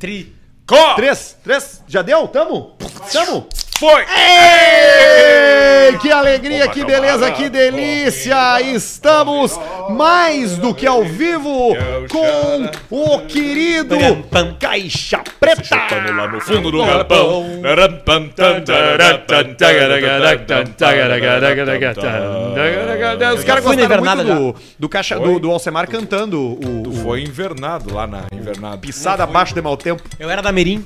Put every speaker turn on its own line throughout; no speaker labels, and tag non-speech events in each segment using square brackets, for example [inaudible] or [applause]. Tri.
Có!
Três, três, já deu? Tamo? Tamo?
Foi!
Ei, que alegria,
Opa,
que
camarada.
beleza, que delícia! Estamos mais do que ao vivo com o querido
Pam, pam.
Caixa Preta.
Chutando lá no fundo do galpão.
Os caras
fui na
gostaram muito
invernada
do, do, caixa, do,
Foi?
do Alcemar cantando o, o
Foi invernado lá na invernada.
Pisada Abaixo de Mau Tempo.
Eu era da Merim.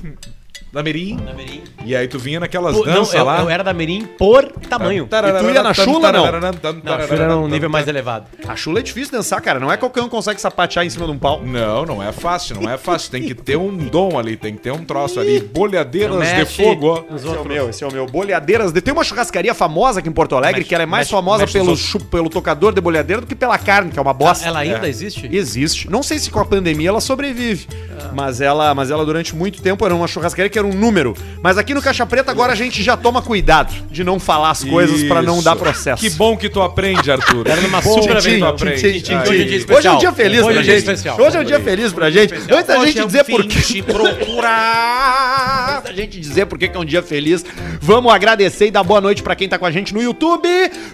Da Mirim.
Da Merim.
E aí tu vinha naquelas
Por, não,
danças
eu,
lá.
eu era da Merim por tamanho.
E tu ia na chula, não?
Não, a Shura era um nível mais elevado.
A chula é difícil dançar, cara. Não é qualquer um que consegue sapatear em cima de um pau.
Não, não é fácil, não é fácil. Tem que ter um dom ali, tem que ter um troço ali. Bolhadeiras de
Mexe
fogo.
nos
Esse é o
outros.
meu, esse é o meu. Bolhadeiras. de- Tem uma churrascaria famosa aqui em Porto Alegre
Mexe,
que ela é mais
mexe,
famosa
mexe
pelo,
nos
chu- pelo tocador de bolhadeira do que pela carne, que é uma bosta.
Ela ainda
É.
existe?
Existe. Não sei se com a pandemia ela sobrevive,
Ah.
mas ela mas ela durante muito tempo era uma churrascaria que era um número. Mas aqui no Caixa Preta agora a gente já toma cuidado de não falar as coisas pra não
Isso.
dar processo.
Que bom que tu aprende, Arthur.
Era numa
Que bom
super
que tu
aventura.
aprende.
Tchim, tchim, tchim.
Aí.
Hoje é um dia especial.
Hoje é um dia feliz
Hoje é
pra
um dia
gente.
especial.
Hoje é um dia feliz pra gente. Antes da
Hoje
gente
é um
dizer
fim
por quê.
de procurar.
Antes da gente dizer por que que é um dia feliz, vamos agradecer e dar boa noite pra quem tá com a gente no YouTube.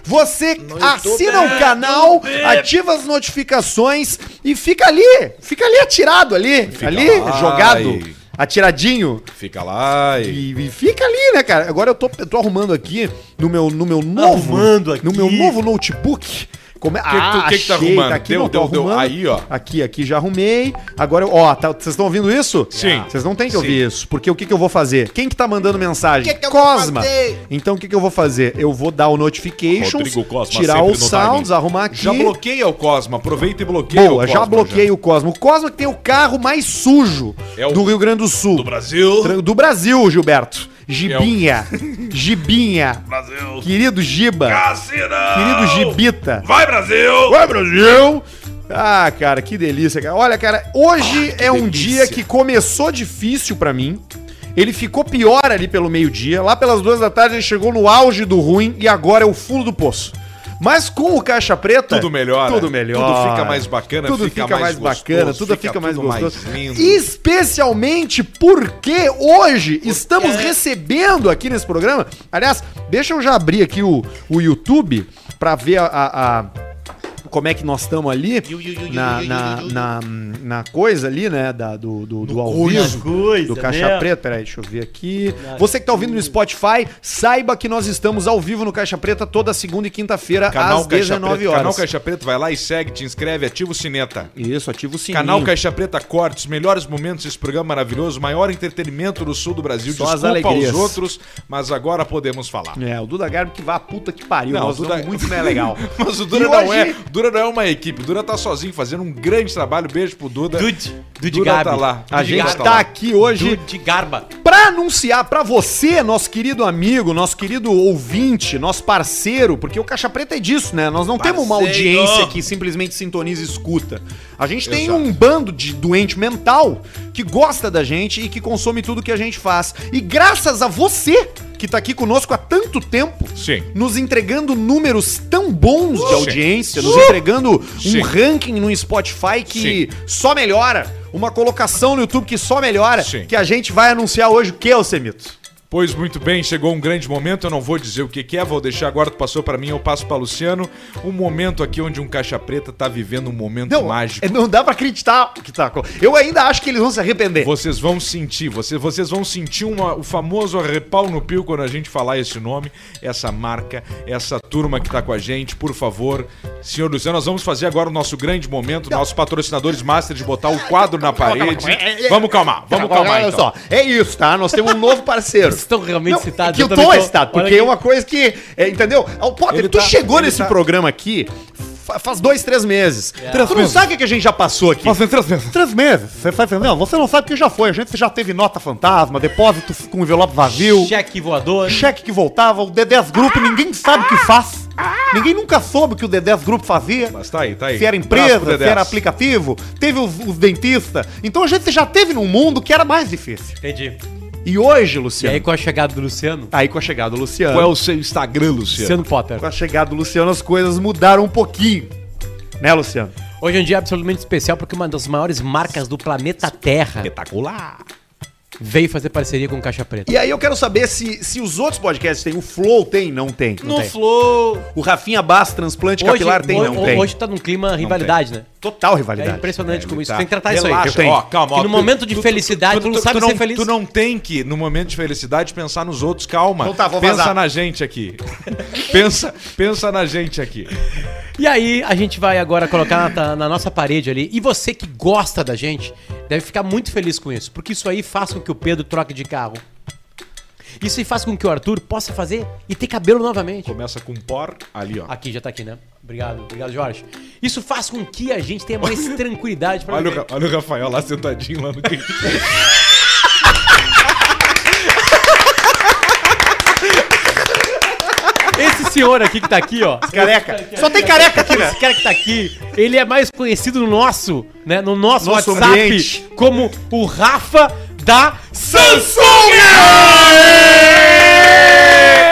Você assina o canal, ativa as notificações e fica ali, fica ali atirado ali, ali
lá
jogado,
e-
atiradinho.
Fica lá e.
E, e fica ali, né, cara? Agora eu tô, eu tô arrumando aqui no meu, no meu novo.
Arrumando aqui.
No meu novo notebook. Como é?
que tu- que que tá
achei,
arrumando?
aqui,
Deu,
não, tô
deu, deu.
arrumando.
Aí, ó.
Aqui, aqui já arrumei. Agora, eu- ó, tá- vocês estão ouvindo isso? Ah,
Sim.
Vocês não têm que
Sim.
ouvir isso, porque o que, que eu vou fazer? Quem que tá mandando mensagem? Cosma. Então, o que, que eu vou fazer? Eu vou dar o notifications,
Rodrigo Cosma,
tirar
sempre
os
no
sounds,
timing.
arrumar aqui.
Já bloqueia o Cosma, aproveita e bloqueia o
Boa,
Cosma.
já bloqueei o Cosmo. O Cosmo que tem o carro mais sujo
É o-
do Rio Grande do Sul.
Do Brasil.
Tra- Do Brasil, Gilberto. Gibinha. Gibinha.
Brasil.
Querido Giba.
Cassina!
Querido Gibita.
Vai, Brasil!
Vai, Brasil! Ah, cara, que delícia, cara. Olha, cara, hoje é um
Ah,
dia
delícia.
que começou difícil pra mim. Ele ficou pior ali pelo meio-dia. Lá pelas duas da tarde ele chegou no auge do ruim e agora é o fundo do poço. Mas com o caixa preta.
Tudo melhora. né?
Tudo melhor.
Tudo fica mais bacana,
Tudo
fica
fica,
mais
mais,
gostoso,
bacana, tudo
fica
fica, mais
tudo mais
gostoso.
lindo.
Especialmente porque hoje estamos recebendo aqui nesse programa. Aliás, deixa eu já abrir aqui o, o YouTube pra ver a- a- a como é que nós estamos ali na, na, na, na coisa ali, né? Da, do, do, do ao vivo. Do Caixa
né?
Preta, peraí, deixa eu ver aqui. Você que tá ouvindo no Spotify, saiba que nós estamos ao vivo no Caixa Preta toda segunda e quinta-feira,
Canal
às
Caixa
19
Preta,
horas.
Canal Caixa Preta, vai lá e segue, te inscreve, ativa o sineta.
Isso, ativa o sininho.
Canal Caixa Preta Cortes, melhores momentos desse programa maravilhoso, maior entretenimento do sul do Brasil.
Só as
Desculpa aos
alegrias.
outros, mas agora podemos falar.
É, o Duda Garbi que vá a puta que pariu.
Não,
nós
o Duda-
vamos muito mais
[laughs]
legal.
Mas o Dura
E
não
hoje-
é. O Dura não é uma equipe. O Dura tá sozinho fazendo um grande trabalho. Beijo pro Duda.
Dude. Dude
Duda
Garba.
tá lá.
A
Dude
gente
Garba.
tá aqui hoje
Dude Garba.
Pra anunciar pra você, nosso querido amigo, nosso querido ouvinte, nosso parceiro, porque o Caixa Preta é disso, né? Nós não temos uma
Parceiro!
audiência que simplesmente sintoniza e escuta. A gente tem
Exato.
um bando de doente mental que gosta da gente e que consome tudo que a gente faz. E graças a você que tá aqui conosco há tanto tempo,
Sim.
nos entregando números tão bons de
Sim.
audiência, nos entregando
Sim.
um ranking no Spotify que só melhora, uma colocação no YouTube que só melhora,
Sim.
que a gente vai anunciar hoje o que, Alcemito?
Pois muito bem, chegou um grande momento, eu não vou dizer o que, que é, vou deixar agora, tu passou pra mim, eu passo pra Luciano. Um momento aqui onde um caixa preta tá vivendo um momento
Não,
mágico.
é, não dá pra acreditar que tá. co- Eu ainda acho que eles vão se arrepender.
Vocês vão sentir, vocês, vocês vão sentir uma- o famoso arrepau no pio quando a gente falar esse nome, essa marca, essa turma que tá com a gente, por favor. Senhor Luciano, nós vamos fazer agora o nosso grande momento, nossos patrocinadores master de botar o quadro na parede. Vamos calmar, vamos
Agora,
calmar
olha só,
então.
é isso, tá? Nós temos um novo parceiro.
Estão realmente citados.
Que eu tô excitado, porque é uma coisa que. é, entendeu? Ah, o Potter,
Ele
tu
tá-
chegou
ele
nesse
tá-
programa aqui fa- faz dois, três meses.
Três
tu não
meses.
sabe o que que a gente já passou aqui.
três vezes.
Três meses, você tá entendendo? Você não sabe o que já foi. A gente já teve nota fantasma, depósito com envelope vazio,
Cheque voador.
cheque que voltava, o D10 Grupo, ninguém sabe o que faz. Ninguém nunca soube o que o D10 Grupo fazia.
Mas tá aí, tá aí.
Se era
Abraço pro
empresa, se
Dedé.
era aplicativo, teve os, os dentistas. Então a gente já teve num mundo que era mais difícil.
Entendi.
E hoje,
E
Luciano, tá
aí, com a chegada do Luciano,
aí com a chegada do Luciano,
Qual é o seu Instagram, Luciano?
Luciano Potter.
com a chegada do Luciano as coisas mudaram um pouquinho. Né, Luciano?
Hoje é um dia absolutamente especial porque uma das maiores marcas do planeta Terra
Espetacular.
veio fazer parceria com Caixa Preta.
E aí eu quero saber se, se os outros podcasts têm. O Flow tem, não tem.
No Flow.
O Rafinha Bass, transplante
Hoje,
capilar, tem,
ho-
não
ho-
tem.
hoje tá num clima rivalidade, né?
Total
É
rivalidade.
impressionante
É,
como isso.
tá.
Tem que tratar
Relaxa,
isso aí.
ó, calma, ó,
Que no
tu-
momento de
tu-
felicidade, tu, não sabe
não,
ser feliz.
Tu não tem que, no momento de felicidade, pensar nos outros, calma.
Então tá, vou
pensa
vazar.
na gente aqui. pensa, pensa na gente aqui.
E aí, a gente vai agora colocar na, na nossa parede ali. E você que gosta da gente, deve ficar muito feliz com isso. Porque isso aí faz com que o Pedro troque de carro. Isso aí faz com que o Arthur possa fazer e ter cabelo novamente.
Começa com por ali, ó.
Aqui, já tá aqui, né? Obrigado, obrigado, Jorge. Isso faz com que a gente tenha
[laughs]
mais tranquilidade pra
Olha o,
viver.
Ra- olha o Rafael lá sentadinho lá no canto.
Esse senhor aqui que tá aqui, ó.
Careca. Só tem careca aqui, né?
Esse cara que tá aqui, ele é mais conhecido no nosso, né? No nosso,
Nosso
WhatsApp
ambiente.
como o Rafa da Samsung.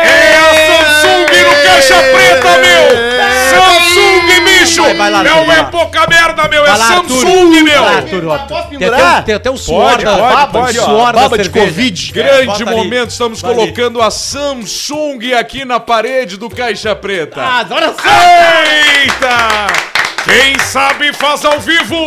É a Samsung no caixa preta, meu! Samsung, bicho!
Vai, vai lá, Arthur,
não
vai
é
lá.
pouca merda, meu! É
Vai lá,
Samsung,
Vai lá,
meu!
Arthur, ó.
Posso
Tem até, um,
pendurar?
tem até o suor
Pode,
da
pode,
baba,
pode, ó.
suor
Baba
da
de
cerveja. É,
Covid.
Grande
bota ali.
momento, estamos
Vai ali.
colocando a Samsung aqui na parede do caixa preta.
Ah, olha só!
Eita! Quem sabe faz ao vivo!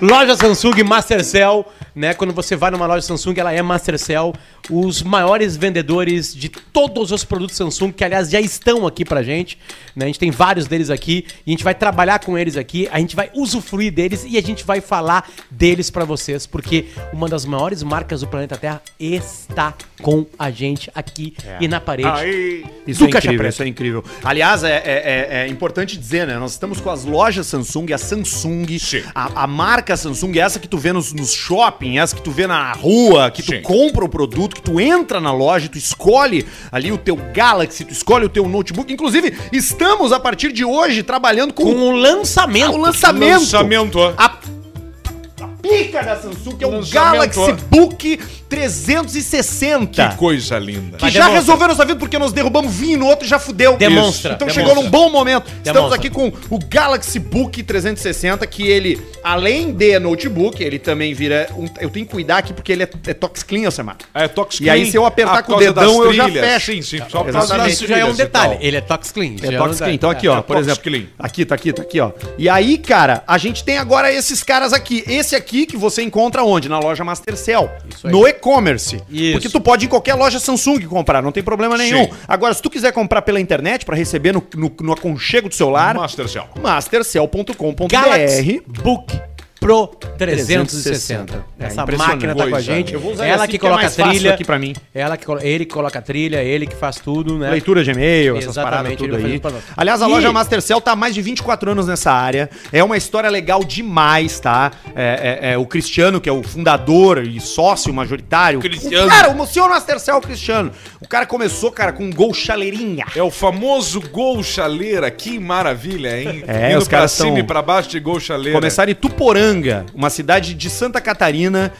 Loja Samsung Mastercell, né? Quando você vai numa loja Samsung, ela é Mastercell, os maiores vendedores de todos os produtos Samsung, que aliás já estão aqui pra gente, né? A gente tem vários deles aqui e a gente vai trabalhar com eles aqui, a gente vai usufruir deles e a gente vai falar deles pra vocês, porque uma das maiores marcas do planeta Terra está com a gente aqui e na parede.
Aí!
Isso é
Do Caixa
incrível,
Preta.
isso é incrível. Aliás, é, é- é- é importante dizer, né? Nós estamos com as lojas Samsung, a Samsung,
Sim.
a, a marca Samsung, essa que tu vê nos, nos shopping, essa que tu vê na rua, que tu
Sim.
compra o produto, que tu entra na loja, tu escolhe ali o teu Galaxy, tu escolhe o teu notebook. Inclusive, estamos a partir de hoje trabalhando com,
Com o lançamento.
Ah, o lançamento.
Lançamento, ó.
A a pica da Samsung, que é o
Lançamento,
Galaxy
ó.
Book 360.
Que coisa linda.
tá. Que
Mas
já
demonstra.
resolveu nossa vida porque nós derrubamos vinho no outro e já fudeu.
Demonstra,
Isso. Então
demonstra.
chegou num bom momento. Estamos
Demonstra.
aqui com o Galaxy Book 360, que ele, além de notebook, ele também vira. um- eu tenho que cuidar aqui porque ele é, é tox clean, essa marca.
É tox
E aí, se eu apertar
a
com o
causa das
dedão, eu já
trilhas.
fecho.
Sim, sim, só por causa
Mas
das
Isso já é um
trilhas então. e
detalhe.
tal.
Ele é tox clean. já
É tox
um-
clean. Então aqui,
é.
ó,
é
por
tox
exemplo.
clean.
Aqui, tá aqui, tá aqui, ó. E aí, cara, a gente tem agora esses caras aqui. Esse aqui que você encontra onde? Na loja Mastercell.
Isso aí.
No e-commerce.
Isso.
Porque tu pode ir em qualquer loja Samsung comprar, não tem problema nenhum.
Sim.
Agora, se tu quiser comprar pela internet pra receber no, no, no aconchego do celular,
Mastercell.
Galaxy
mastercell.com.br.
Book Pro 360.
360.
Essa
É impressionante.
máquina tá com a
Coisa.
gente.
Eu
vou usar
ela
esse
que
que é
coloca a
mais fácil
trilha
aqui pra mim.
Ela que colo- ele que coloca a trilha, ele que faz tudo, né?
Leitura de e-mail, essas
Exatamente,
paradas
ele
tudo
vai fazer
aí.
pra nós.
Aliás, a
E-
loja Mastercell tá há mais de 24 anos nessa área. É uma história legal demais, tá? É, é- é o Cristiano, que é o fundador e sócio majoritário.
Cristiano.
O cara, o senhor Mastercell é o Cristiano. O cara começou, cara, com um gol chaleirinha.
É o famoso gol chaleira, que maravilha, hein?
É, os
pra
caras
cima
são-
e pra baixo de gol chaleira.
Começaram em Tuporanga, uma cidade de Santa Catarina,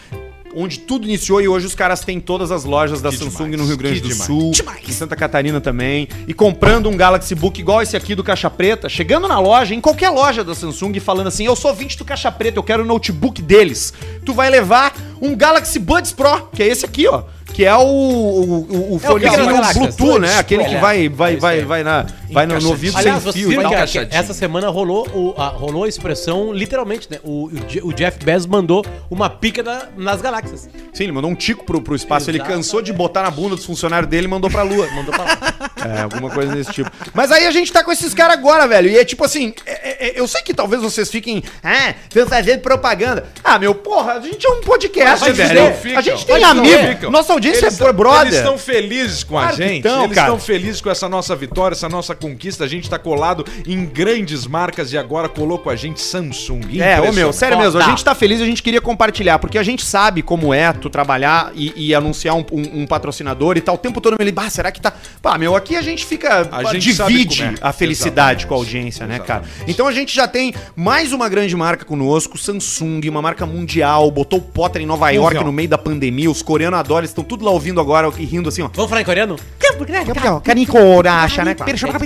onde tudo iniciou e hoje os caras têm todas as lojas da
Que
Samsung
demais,
no Rio Grande
que
do
demais.
Sul, em Santa Catarina também, e comprando um Galaxy Book igual esse aqui do Caixa Preta, chegando na loja, em qualquer loja da Samsung, e falando assim: eu sou 20 do Caixa Preta, eu quero o notebook deles. Tu vai levar um Galaxy Buds Pro, que é esse aqui, ó. Que é o, o,
É
o, o fonezinho
Galaxy
Bluetooth,
Buds
né?
Pro,
Aquele que
é.
vai, vai,
É isso
vai,
aí.
vai, na, vai no, no ouvido
Aliás,
sem
vocês
fio tá né? e
viram
tal.
que, a- que é
encaixadinho.
essa semana rolou, o- a, rolou a expressão, literalmente, né? O, o Je- o Jeff Bezos mandou uma pica na- nas galáxias.
Sim, ele mandou um tico pro, pro espaço. Ele
Exatamente.
cansou de botar na bunda dos funcionários dele e mandou pra lua.
Mandou pra lá.
[laughs] É, alguma coisa desse tipo. Mas aí a gente tá com esses caras agora, velho. E é tipo assim, é- é- é- eu sei que talvez vocês fiquem, ah, vocês fazendo propaganda. Ah, meu, porra, a gente é um podcast,
Mas eles não
velho.
ficam.
a gente tem
Eles não
amigo.
ficam.
Nossa audiência
Eles
é por
tão-
brother.
Eles estão felizes com a
Claro que
gente.
tão,
eles
cara.
estão felizes com essa nossa vitória, essa nossa conquista. A gente tá colado em grandes marcas e agora colou com a gente Samsung.
É, ô meu,
Impressionante.
sério mesmo, a
Foda.
gente tá feliz e a gente queria compartilhar, porque a gente sabe como é tu trabalhar e, e anunciar um, um- um patrocinador e tal. O tempo todo ele, bah, será que tá. Pá, meu, aqui a gente fica.
A gente sabe
divide
como é.
a felicidade
Exatamente.
com a audiência, né, cara?
Exatamente.
Então a gente já tem mais uma grande marca conosco, Samsung, uma marca mundial, botou o Potter em Nova York
Mundial.
no meio da pandemia, os coreanos adoram, eles estão tudo lá ouvindo agora e rindo assim, ó.
Vamos falar em coreano?
porque, né, cara, carinho coracha, né? Pera, chupa,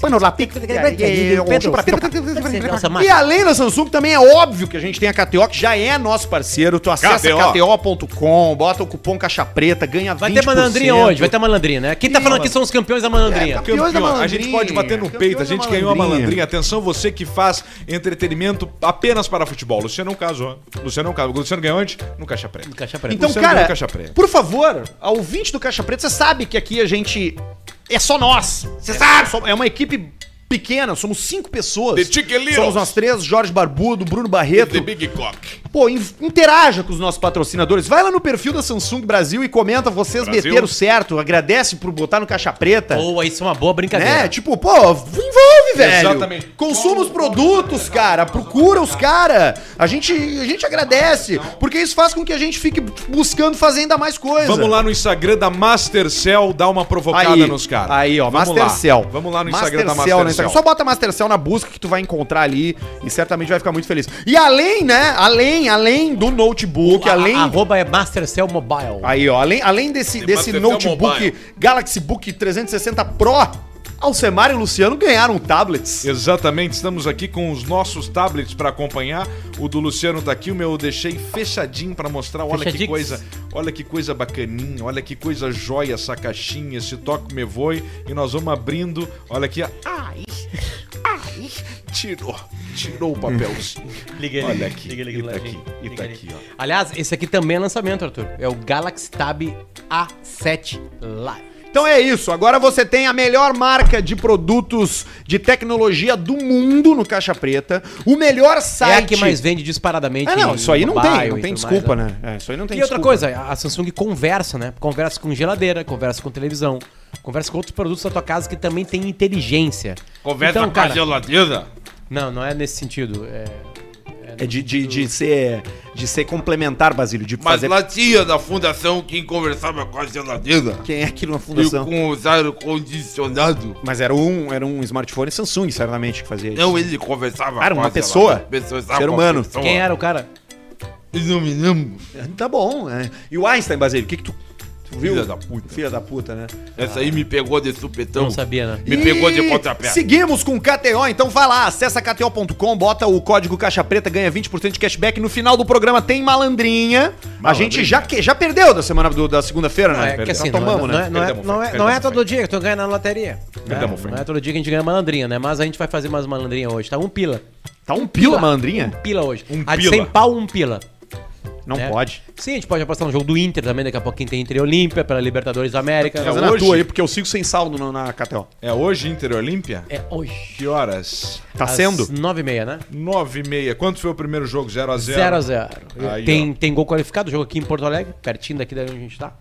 chupando lá, pica, chupa,
Nossa,
E
marca.
além da Samsung, também é óbvio que a gente tem a KTO, que já é nosso parceiro. Tu acessa
KTO.
KTO.com, bota o cupom Caixa Preta, ganha 20%.
Vai ter malandrinha hoje, vai ter malandrinha, né? Quem tá falando que são os campeões da malandrinha?
Campeões da
Campeão, a
malandrinha.
gente pode bater no
Campeões
peito, a
da
gente ganhou a
malandrinha.
malandrinha. Atenção, você que faz entretenimento apenas para futebol. Luciano é um caso, ó. Luciano é um caso. Luciano ganhou onde? No Caixa Preta.
Caixa preta.
Então,
Luciano
cara,
ganhou Caixa Preta.
por favor, ao ouvinte do Caixa Preta, você sabe que aqui a gente é só nós. Você sabe, som- é uma equipe pequena, somos cinco
The
pessoas.
Chicken Littles.
Somos nós três, Jorge Barbudo, Bruno Barreto.
The Big Cock.
Pô, in- interaja com os nossos patrocinadores. Vai lá no perfil da Samsung Brasil e comenta vocês
Brasil.
meteram certo. Agradece por botar no Caixa Preta.
Boa, isso é uma boa brincadeira.
Né? Tipo, pô, envolve, velho.
Exatamente.
Consuma os produtos, cara. Procura os cara. A gente, a gente agradece. Porque isso faz com que a gente fique buscando fazer ainda mais coisa.
Vamos lá no Instagram da Mastercell dar uma provocada
Aí,
nos caras.
aí, ó,
Vamos
Mastercell.
Lá. Vamos lá no Instagram da
Mastercell, né?
Mastercell.
Só bota Mastercell na busca que tu vai encontrar ali e certamente vai ficar muito feliz. E além, né? Além, além do notebook,
A-
além
a- Arroba é Mastercell Mobile.
Aí, ó, além, além desse, desse
Mastercell
notebook
Mobile.
Galaxy Book 360 Pro, Alcemar e Luciano ganharam tablets.
Exatamente, estamos aqui com os nossos tablets para acompanhar. O do Luciano tá aqui, o meu eu deixei fechadinho para mostrar. Olha que
Fechadix.
coisa, olha que coisa bacaninha, olha que coisa jóia essa caixinha, esse toque me voe. E nós vamos abrindo, olha aqui, ó. ai, ai, tirou, tirou
[laughs]
o papelzinho.
Liguei,
Olha
liguei,
aqui,
liguei, liguei,
e tá
liguei,
aqui, e
liguei,
tá
liguei.
aqui,
Aliás, esse aqui também é lançamento, Arthur. É o Galaxy Tab A7 Live.
Então é isso, agora você tem a melhor marca de produtos de tecnologia do mundo no Caixa Preta, o melhor site...
É a que mais vende disparadamente.
Ah, não,
em
isso aí não
mobile
tem, não
e
tem
tudo mais,
desculpa,
né?
né? É, isso aí não tem
E outra
desculpa.
coisa, a Samsung conversa, né? Conversa com geladeira, conversa com televisão, conversa com outros produtos da tua casa que também tem inteligência. Conversa então, cara,
geladeira.
Não, não é nesse sentido. É...
É de, de, de ser, de ser complementar, Basílio, de fazer...
latia da fundação quem conversava com a geladeira.
Quem é aquilo na fundação?
com os ar condicionado.
Mas era um, era um smartphone Samsung, certamente, que fazia isso.
ele conversava
Era uma pessoa, ser humano.
Quem era o cara?
Iluminamos.
Tá bom, é. E o Einstein, Basílio, o que que tu... tu viu?
Filha da puta.
Filha da puta, né?
Essa aí me pegou de supetão.
Não sabia, né?
Me pegou de
E
contrapé.
Seguimos com KTO, então vai lá, acessa KTO.com, bota o código Caixa Preta, ganha 20% de cashback. No final do programa tem malandrinha. A gente já, que- já perdeu da semana do- da segunda-feira,
Não,
né?
é que
Já
assim,
tomamos,
não, é-
né?
não é,
Perdemos,
não é, não é,
Fred.
não é
Perdemos,
todo dia que tu ganha na loteria. né?
Perdemos, Fred.
Não é todo dia que a gente ganha malandrinha, né? Mas a gente vai fazer umas malandrinhas hoje, tá? Um pila.
Tá um pila,
Pila.
malandrinha?
Pila hoje.
Um
a de
pila.
100 pau, um pila.
Não
né?
pode.
Sim, a gente pode apostar no jogo do Inter também, daqui a pouquinho tem Inter e Olímpia, pela Libertadores da América.
É
Mas
hoje?
na tua aí, porque eu sigo sem saldo no- na KTO.
É hoje Inter Olímpia?
É hoje.
Que horas?
Tá sendo?
9 e meia, né?
Nove e meia. Quanto foi o primeiro jogo? 0 a 0
0 a 0
Aí,
tem,
ó.
tem gol qualificado, jogo aqui em Porto Alegre, pertinho daqui da onde a gente tá.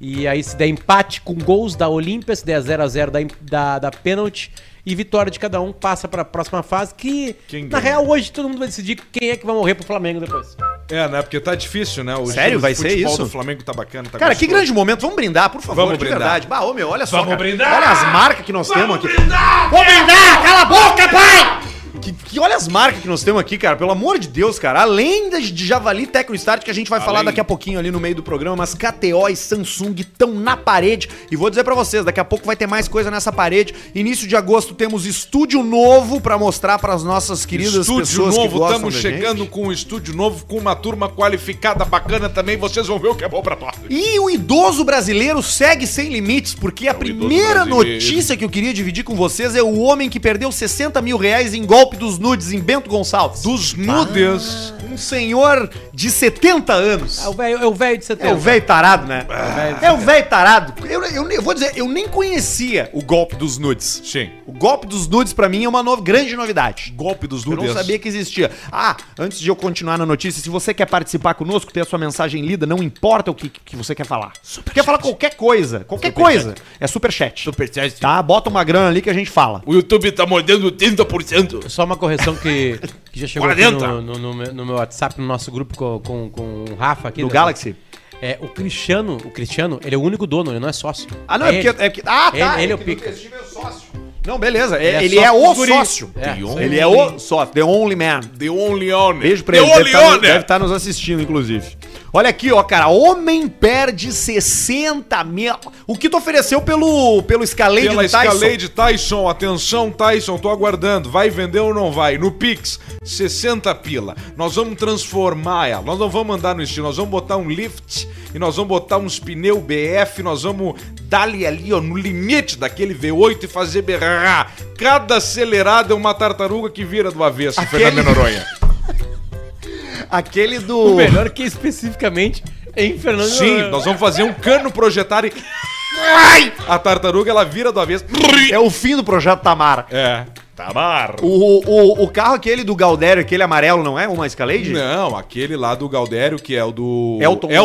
E aí se der empate com gols da Olímpia, se der 0 a 0 da, da, da pênalti e vitória de cada um, passa pra próxima fase que,
Quem
na
ganha?
real, hoje todo mundo vai decidir quem é que vai morrer pro Flamengo depois.
É, né? Porque tá difícil, né? O
Sério?
estilo de
Vai ser
futebol
isso?
do Flamengo tá bacana. Tá
Cara, que
gostoso.
grande momento. Vamos brindar, por favor,
Vamos
de
brindar.
verdade. Bah, ô, meu, olha só,
Vamos
cara.
brindar!
Olha as marcas que nós temos aqui. Vamos brindar! Cala a boca, pai! Que, que olha as marcas que nós temos aqui, cara. Pelo amor de Deus, cara. Além das de Javali Tecnostart, que a gente vai falar daqui a pouquinho ali no meio do programa, mas KTO e Samsung estão na parede. E vou dizer pra vocês, daqui a pouco vai ter mais coisa nessa parede. Início de agosto temos estúdio novo pra mostrar pras nossas queridas
Estúdio
pessoas que
novo,
gostam
estamos
da gente.
chegando com um estúdio novo, com uma turma qualificada bacana também. Vocês vão ver o que é bom pra nós.
E o idoso brasileiro segue sem limites, porque a primeira
É, idoso brasileiro.
notícia que eu queria dividir com vocês é o homem que perdeu 60 mil reais em golpe dos nudes em Bento Gonçalves.
Dos nudes.
Um senhor de 70 anos.
É o velho, é o velho de
É o
setembro.
velho tarado, né?
velho
É o velho tarado. Eu, eu, eu vou dizer, eu nem conhecia o golpe dos nudes.
Sim.
O golpe dos nudes pra mim é uma no- grande novidade.
Golpe dos
Eu
nudes.
não sabia que existia. Ah, antes de eu continuar na notícia, se você quer participar conosco, ter a sua mensagem lida, não importa o que, que você quer falar. quer falar qualquer coisa, qualquer coisa. É superchat.
Superchat.
Tá? Bota uma grana ali que a gente fala.
O YouTube tá mordendo 30%.
Só uma correção
[laughs]
que, que já chegou aqui
40.
no, no- no meu- no meu WhatsApp, no nosso grupo com, com, com o Rafa aqui.
Do
né?
Galaxy?
É, o Cristiano, o Cristiano, ele é o único dono, ele não é sócio.
Ah, não, é, porque,
ele.
é porque- Ah, tá.
Ele, ele é o
que
pica.
Não, beleza. É-
Ele
Ele
é
é,
sócio
o
do guri.
sócio.
É, só
Ele é o sócio. The only man.
The Only Owner.
Beijo pra
The
ele. Deve
Only
estar
Owner.
deve estar nos assistindo, inclusive. Olha aqui, ó, cara. Homem perde 60 mil. O que tu ofereceu pelo, pelo Escalade
Pela
do Tyson?
Escalade Tyson, atenção Tyson, tô aguardando. Vai vender ou não vai? No Pix, 60 pila. Nós vamos transformar ela. Nós não vamos andar no estilo, nós vamos botar um lift e nós vamos botar uns pneu BF, nós vamos dali ali, ó, no limite daquele V8 e fazer berrar. Cada acelerada é uma tartaruga que vira do avesso, Fernando Noronha.
Aquele
O
do.
melhor que especificamente é em Fernando
Sim, nós vamos fazer um cano projetar e a tartaruga ela vira do avesso.
É o fim do projeto Tamara.
É.
Tá,
Tamar.
O, o, o carro aquele do Galdério, aquele amarelo, não é? Uma Escalade?
Não, aquele lá do Galdério, que é o do
Elton-
Saldanha,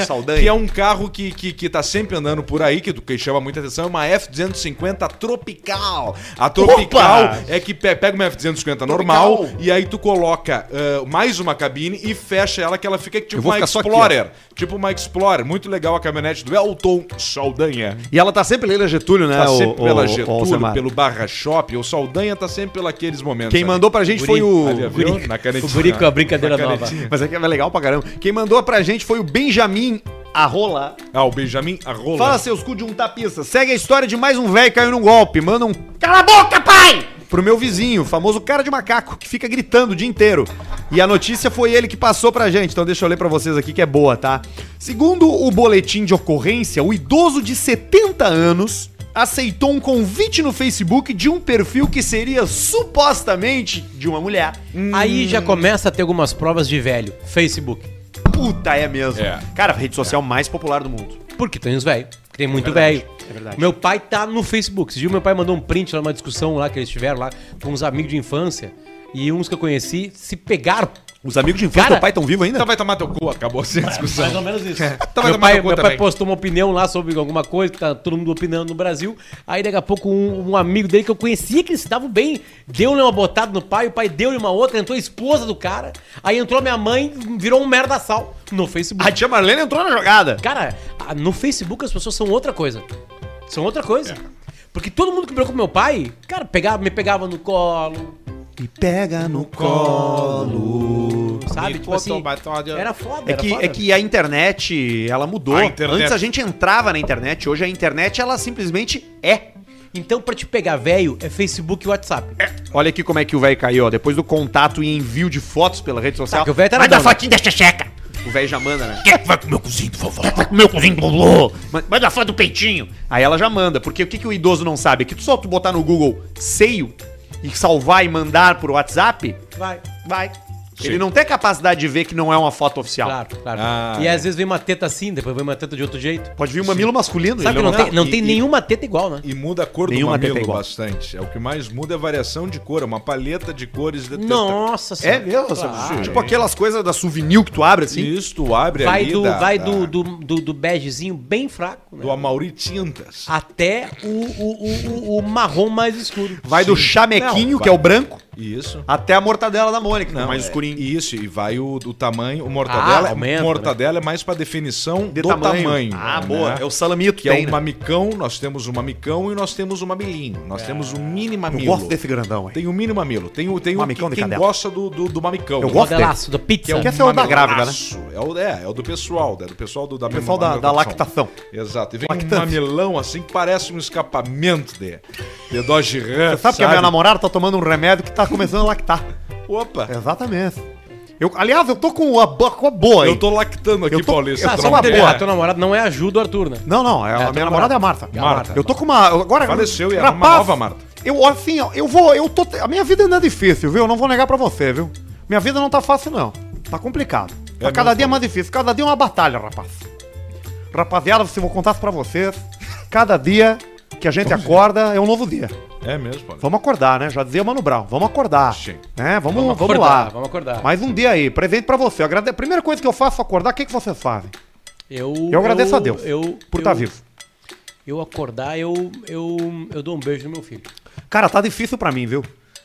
Elton Saldanha.
que é um carro que, que, que tá sempre andando por aí, que, que chama muita atenção, é uma F-250 Tropical. A Tropical
Opa!
é que pe- pega uma F-250 normal
Tropical.
e aí tu coloca ah, mais uma cabine e fecha ela, que ela fica tipo
Eu vou
uma
ficar só aqui, ó.
Explorer. tipo uma Explorer. Muito legal a caminhonete do Elton Saldanha.
E ela tá sempre lendo a Getúlio, né?
Tá
o-
sempre
o-
pela
o- o
Getúlio,
Alcemar?
pelo Barra Shop, o Saldanha tá sempre pelaqueles momentos.
Quem
ali.
mandou pra gente foi [laughs] o.
Ali, viu?
Guri-
Na canetinha.
O Guri com a brincadeira
Na
nova.
canetinha.
Mas é que é legal pra caramba. Quem mandou pra gente foi o Benjamin Arrola.
Ah, o Benjamin Arrola.
Fala seus cu de um tapista. Segue a história de mais um velho caindo num golpe. Manda um cala a boca, pai! Pro meu vizinho, o famoso cara de macaco, que fica gritando o dia inteiro. E a notícia foi ele que passou pra gente, então deixa eu ler pra vocês aqui que é boa, tá? Segundo o boletim de ocorrência, o idoso de 70 anos aceitou um convite no Facebook de um perfil que seria supostamente de uma mulher.
Aí já começa a ter algumas provas de velho. Facebook.
Puta, é mesmo.
É.
Cara, a rede social mais popular do mundo.
Porque tem os velhos. Tem muito
verdade,
velho.
é verdade.
Meu pai tá no Facebook. Esse dia meu pai mandou um print lá numa discussão lá que eles tiveram lá com uns amigos de infância. E uns que eu conheci se pegaram.
Os amigos de infância
Cara,
do pai estão vivos ainda?
Então vai tomar teu cu, acabou assim
É,
a discussão.
Mais ou menos
[laughs]
isso.
Então
meu
vai tomar
pai,
no cu
meu pai
também.
postou uma opinião lá sobre alguma coisa, que tá todo mundo opinando no Brasil. Aí daqui a pouco um, um amigo dele que eu conhecia, que eles se davam bem, deu-lhe uma botada no pai, o pai deu-lhe uma outra, entrou a esposa do cara. Aí entrou minha mãe, virou um merda sal no Facebook.
A tia Marlene entrou na jogada.
Cara, a- no Facebook as pessoas são outra coisa. São outra coisa.
É.
Porque todo mundo que brigou com meu pai, cara, pegava, me pegava no colo,
Me pega no
sabe?
Me
tipo assim,
fotobatória.
era foda,
É
era
que,
foda. né?
é que a internet, ela mudou.
A internet.
Antes a gente entrava na internet, hoje a internet, ela simplesmente é.
Então pra te pegar velho, é Facebook e WhatsApp.
Olha aqui como é que o velho caiu, ó. Depois do contato e envio de fotos pela rede social.
Tá, que o véio tá na
manda
dona.
fotinho da checheca. O velho já manda, né?
Quer é que vai com meu cozinho, por favor? Quer que vai com meu cozinho, por favor?
Mas-
Vai dar foto do peitinho.
Aí ela já manda, porque o que, que o idoso não sabe? É que tu só tu botar no Google seio e salvar e mandar por WhatsApp,
Vai.
vai.
Sim.
Ele não tem capacidade de ver que não é uma foto oficial.
Claro, claro.
Ah,
e
é.
às vezes vem uma teta assim, depois vem uma teta de outro jeito.
Pode vir um mamilo masculino.
Sabe que
ele
não,
não-
tem, não
e-
tem
e-
nenhuma teta igual, né?
E muda a cor
Nenhuma
do
teta é
mamilo
igual.
bastante. É o que mais muda é a variação de cor, é uma paleta de cores de
Nossa
É mesmo?
Claro.
Tipo aquelas coisas da souvenir que tu abre assim.
Isso, tu abre
Vai,
ali
do,
da-
vai
da-
do, do, do, do begezinho bem fraco, né?
do Amauri
Ah.
Tintas.
Até o, o, o, o, o marrom mais escuro.
Vai do
Sim.
chamequinho,
Não,
que é o branco,
Isso.
até a mortadela da Mônica, que é mais
é-
escurinho. né?
Isso, e vai o do tamanho, o mortadela,
Ah, aumenta,
mortadela é mais pra definição do tamanho.
Ah,
né?
boa. É o salamito
que é um mamicão, nós temos o mamicão e nós temos o mamilinho. Nós temos o mini
É. Eu
mamilo.
gosto desse grandão aí.
Tem o mini mamilo, tem o, tem o
Mamicão
que-
de
quem
cadela.
gosta do, do, do mamicão. né?
Eu
O
gosto
modelaço da pizza.
Que é essa é o da grávida, né?
mamelaço. É o, é, é o do pessoal, é do pessoal do, da
O pessoal da,
é
da lactação.
Exato. E vem
Lactância.
um mamilão assim que parece um escapamento de, de Dodge Ram.
Você sabe que a minha namorada tá tomando um remédio que tá começando a
[laughs]
lactar.
Opa!
É, Exatamente. Eu, aliás, eu tô com a, bo- com a boa aí.
Eu tô lactando aqui,
Eu tô-
Paulista.
Ah,
Ah,
tu
só
não
uma
tem-
boa.
É,
Teu namorado não é a Ju do Arthur, né?
Não, não, é, a
tá
tua
minha
namorada.
namorada é a Marta.
É a Marta.
Eu tô com uma. Agora,
Faleceu e era
rapaz,
uma nova Marta.
Eu, assim, ó, eu vou. Eu tô, a minha vida não é difícil, viu? Eu não vou negar pra você, viu? Minha vida não tá fácil, não. Tá complicado. Tá
É
cada
mesmo,
dia mais difícil. Cada dia é uma batalha, rapaz. Rapaziada, se eu vou contar isso pra vocês, cada dia que a gente acorda é um novo dia.
É mesmo, Paulista.
Vamos acordar, né? Já dizia Mano Brown. Vamos acordar.
Sim.
Né? Vamos, vamos,
acordar,
lá.
vamos acordar.
Mais um dia aí. Presente pra você. Eu agrade- A primeira coisa que eu faço é acordar. O que, que vocês fazem?
Eu,
Eu agradeço a Deus
eu-
por
eu-
estar vivo.
Eu acordar, eu, eu, eu dou um beijo no meu filho.
Cara, tá difícil pra mim, viu?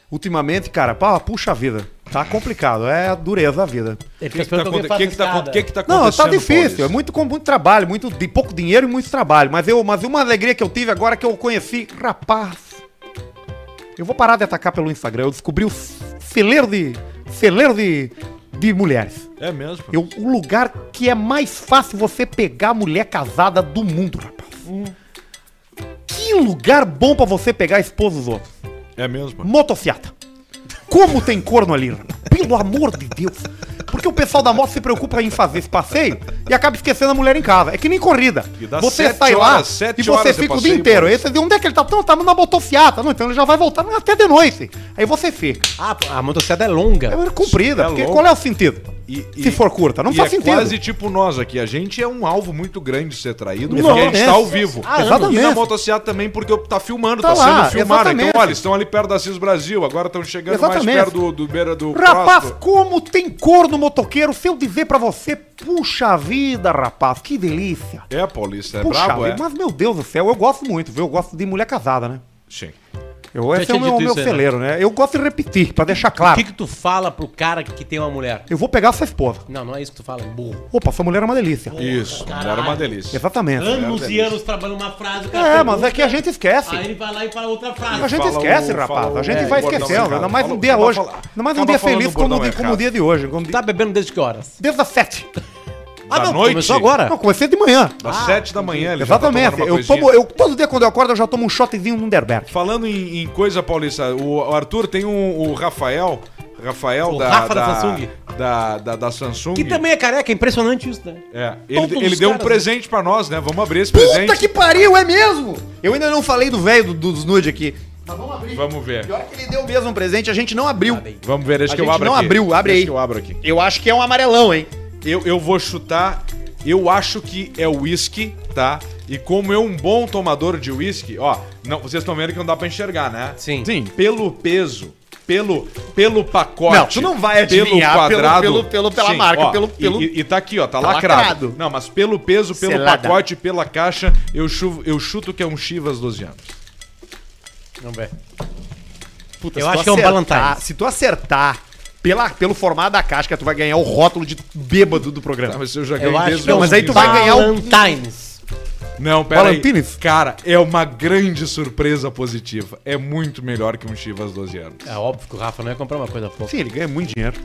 Ultimamente, cara, pá, puxa vida. Tá complicado, é a dureza a vida.
Ele
O que, que, tá, aconte- que, que, tá, acon- que que tá acontecendo?
Não, tá difícil,
Paulista?
é muito, com muito trabalho, muito de pouco dinheiro e muito trabalho. Mas, eu, mas uma alegria que eu tive agora é que eu conheci, rapaz. Eu vou parar de atacar pelo Instagram, eu descobri o f- celeiro de. celeiro de. de mulheres.
É mesmo?
Eu, o lugar que é mais fácil você pegar mulher casada do mundo, rapaz. Que lugar bom pra você pegar a esposa dos outros?
É mesmo?
Motociata. Como tem corno ali, rapaz? Pelo amor de Deus. Porque o pessoal da moto se preocupa em fazer esse passeio e acaba esquecendo a mulher em casa. É que nem corrida.
E dá
Você
sete
sai lá
horas, sete
e você
horas de
fica o
passeio,
dia inteiro.
pô.
Aí você vê onde é que ele tá. Não, tá na motociata. Não, então ele já vai voltar não, até de noite. Aí você fica.
Ah, pô, a motocicleta é longa.
É comprida.
É
porque
louco.
qual é o sentido?
E-
Se
e-
for curta, não
e
faz
é
sentido.
quase tipo nós aqui. A gente é um alvo muito grande de ser traído, porque a
Exatamente.
gente está ao vivo.
Ah, exatamente.
E na motocicleta também, porque tá filmando, tá,
Tá
sendo
lá,
filmado.
exatamente.
Então, olha, eles estão ali perto da CIS Brasil, agora estão chegando mais
Exatamente.
perto do, do beira do
Rapaz,
próximo.
como tem cor no motoqueiro, se eu dizer pra você, puxa vida, rapaz, que delícia.
É, Paulista, é
puxa
brabo,
vida,
é?
mas meu Deus do céu, eu gosto muito, viu? Eu gosto de mulher casada, né?
Sim.
Eu, esse é
tinha
o meu,
dito
meu
isso aí, né?
celeiro, né? Eu gosto de repetir, pra deixar
O
claro.
que, que tu fala pro cara que tem uma mulher?
Eu vou pegar essa esposa.
Não, não é isso que tu fala, burro.
Opa, sua mulher é uma delícia.
Isso, era uma delícia.
Exatamente.
Anos e anos trabalhando uma frase, o
É,
pergunta,
mas é que a gente esquece.
Aí ele vai lá e fala outra frase.
A gente
Fala
esquece,
o-
rapaz.
fala
A gente
o-
vai
o bordão
esquecendo.
errado.
Ainda mais
Fala
um
o-
dia
acaba
hoje.
fala-
Ainda mais um
acaba
dia
falando
feliz
o
como,
bordão
de- como
errado.
o dia de hoje. como de-
Tá bebendo desde que horas?
Desde as
[laughs]
sete.
Da
não,
noite?
começou agora.
Ah, Não, comecei de manhã.
Às sete da manhã, ele já tá
Ah, Exatamente.
tomando uma
eu,
coisinha.
tomo, eu todo dia quando eu acordo eu já tomo um shotzinho no Underberg.
Falando em, em coisa, Paulista, o, o Arthur tem um, o Rafael. Rafael
O
da,
Rafa da
da,
Samsung.
Da, da, da Samsung.
Que também é careca, é impressionante isso, né?
É,
Todos
ele, ele
os
deu um
caras-
presente pra nós, né? Vamos abrir esse
Puta
presente.
que pariu, é mesmo? Eu ainda não falei do velho do- dos nude aqui. Mas vamos abrir.
Vamos ver.
Pior que ele deu mesmo um presente, a gente não abriu.
Vamos ver, deixa
A
que eu
gente
abro
não
aqui.
abriu, abre
Deixa
aí.
que eu abro aqui.
Eu acho que é um amarelão, hein?
Eu, eu vou chutar, eu acho que é uísque, tá? E como eu um bom tomador de uísque, ó, não, vocês estão vendo que não dá pra enxergar, né?
Sim.
Sim.
Pelo peso, pelo, pelo pacote.
Não, tu não vai
Pelo
adivinhar pelo-
quadrado.
pelo- pelo- pela marca,
ó,
pelo-
e-
pelo-
E, e tá aqui, ó, tá,
Tá
lacrado.
lacrado.
Não, mas pelo peso, pelo
Selada.
pacote, pela caixa, eu, chuvo, eu chuto que é um Chivas 12 anos.
Vamos ver.
Puta,
Eu
se tu
acho que é um
acertar-
Ballantines.
Se tu acertar pela, pelo formato da casca, tu vai ganhar o rótulo de bêbado do
Ah,
programa.
mas eu já
Eu
ganhei
acho
desde
que é
Não,
um
os
mas aí tu
15
vai ganhar o-
Valentines.
Não, pera aí.
Valentines?
Cara, é uma grande surpresa positiva. É muito melhor que um Chivas 12 anos.
É óbvio que o Rafa não ia comprar uma coisa pouca.
Sim, ele ganha muito dinheiro.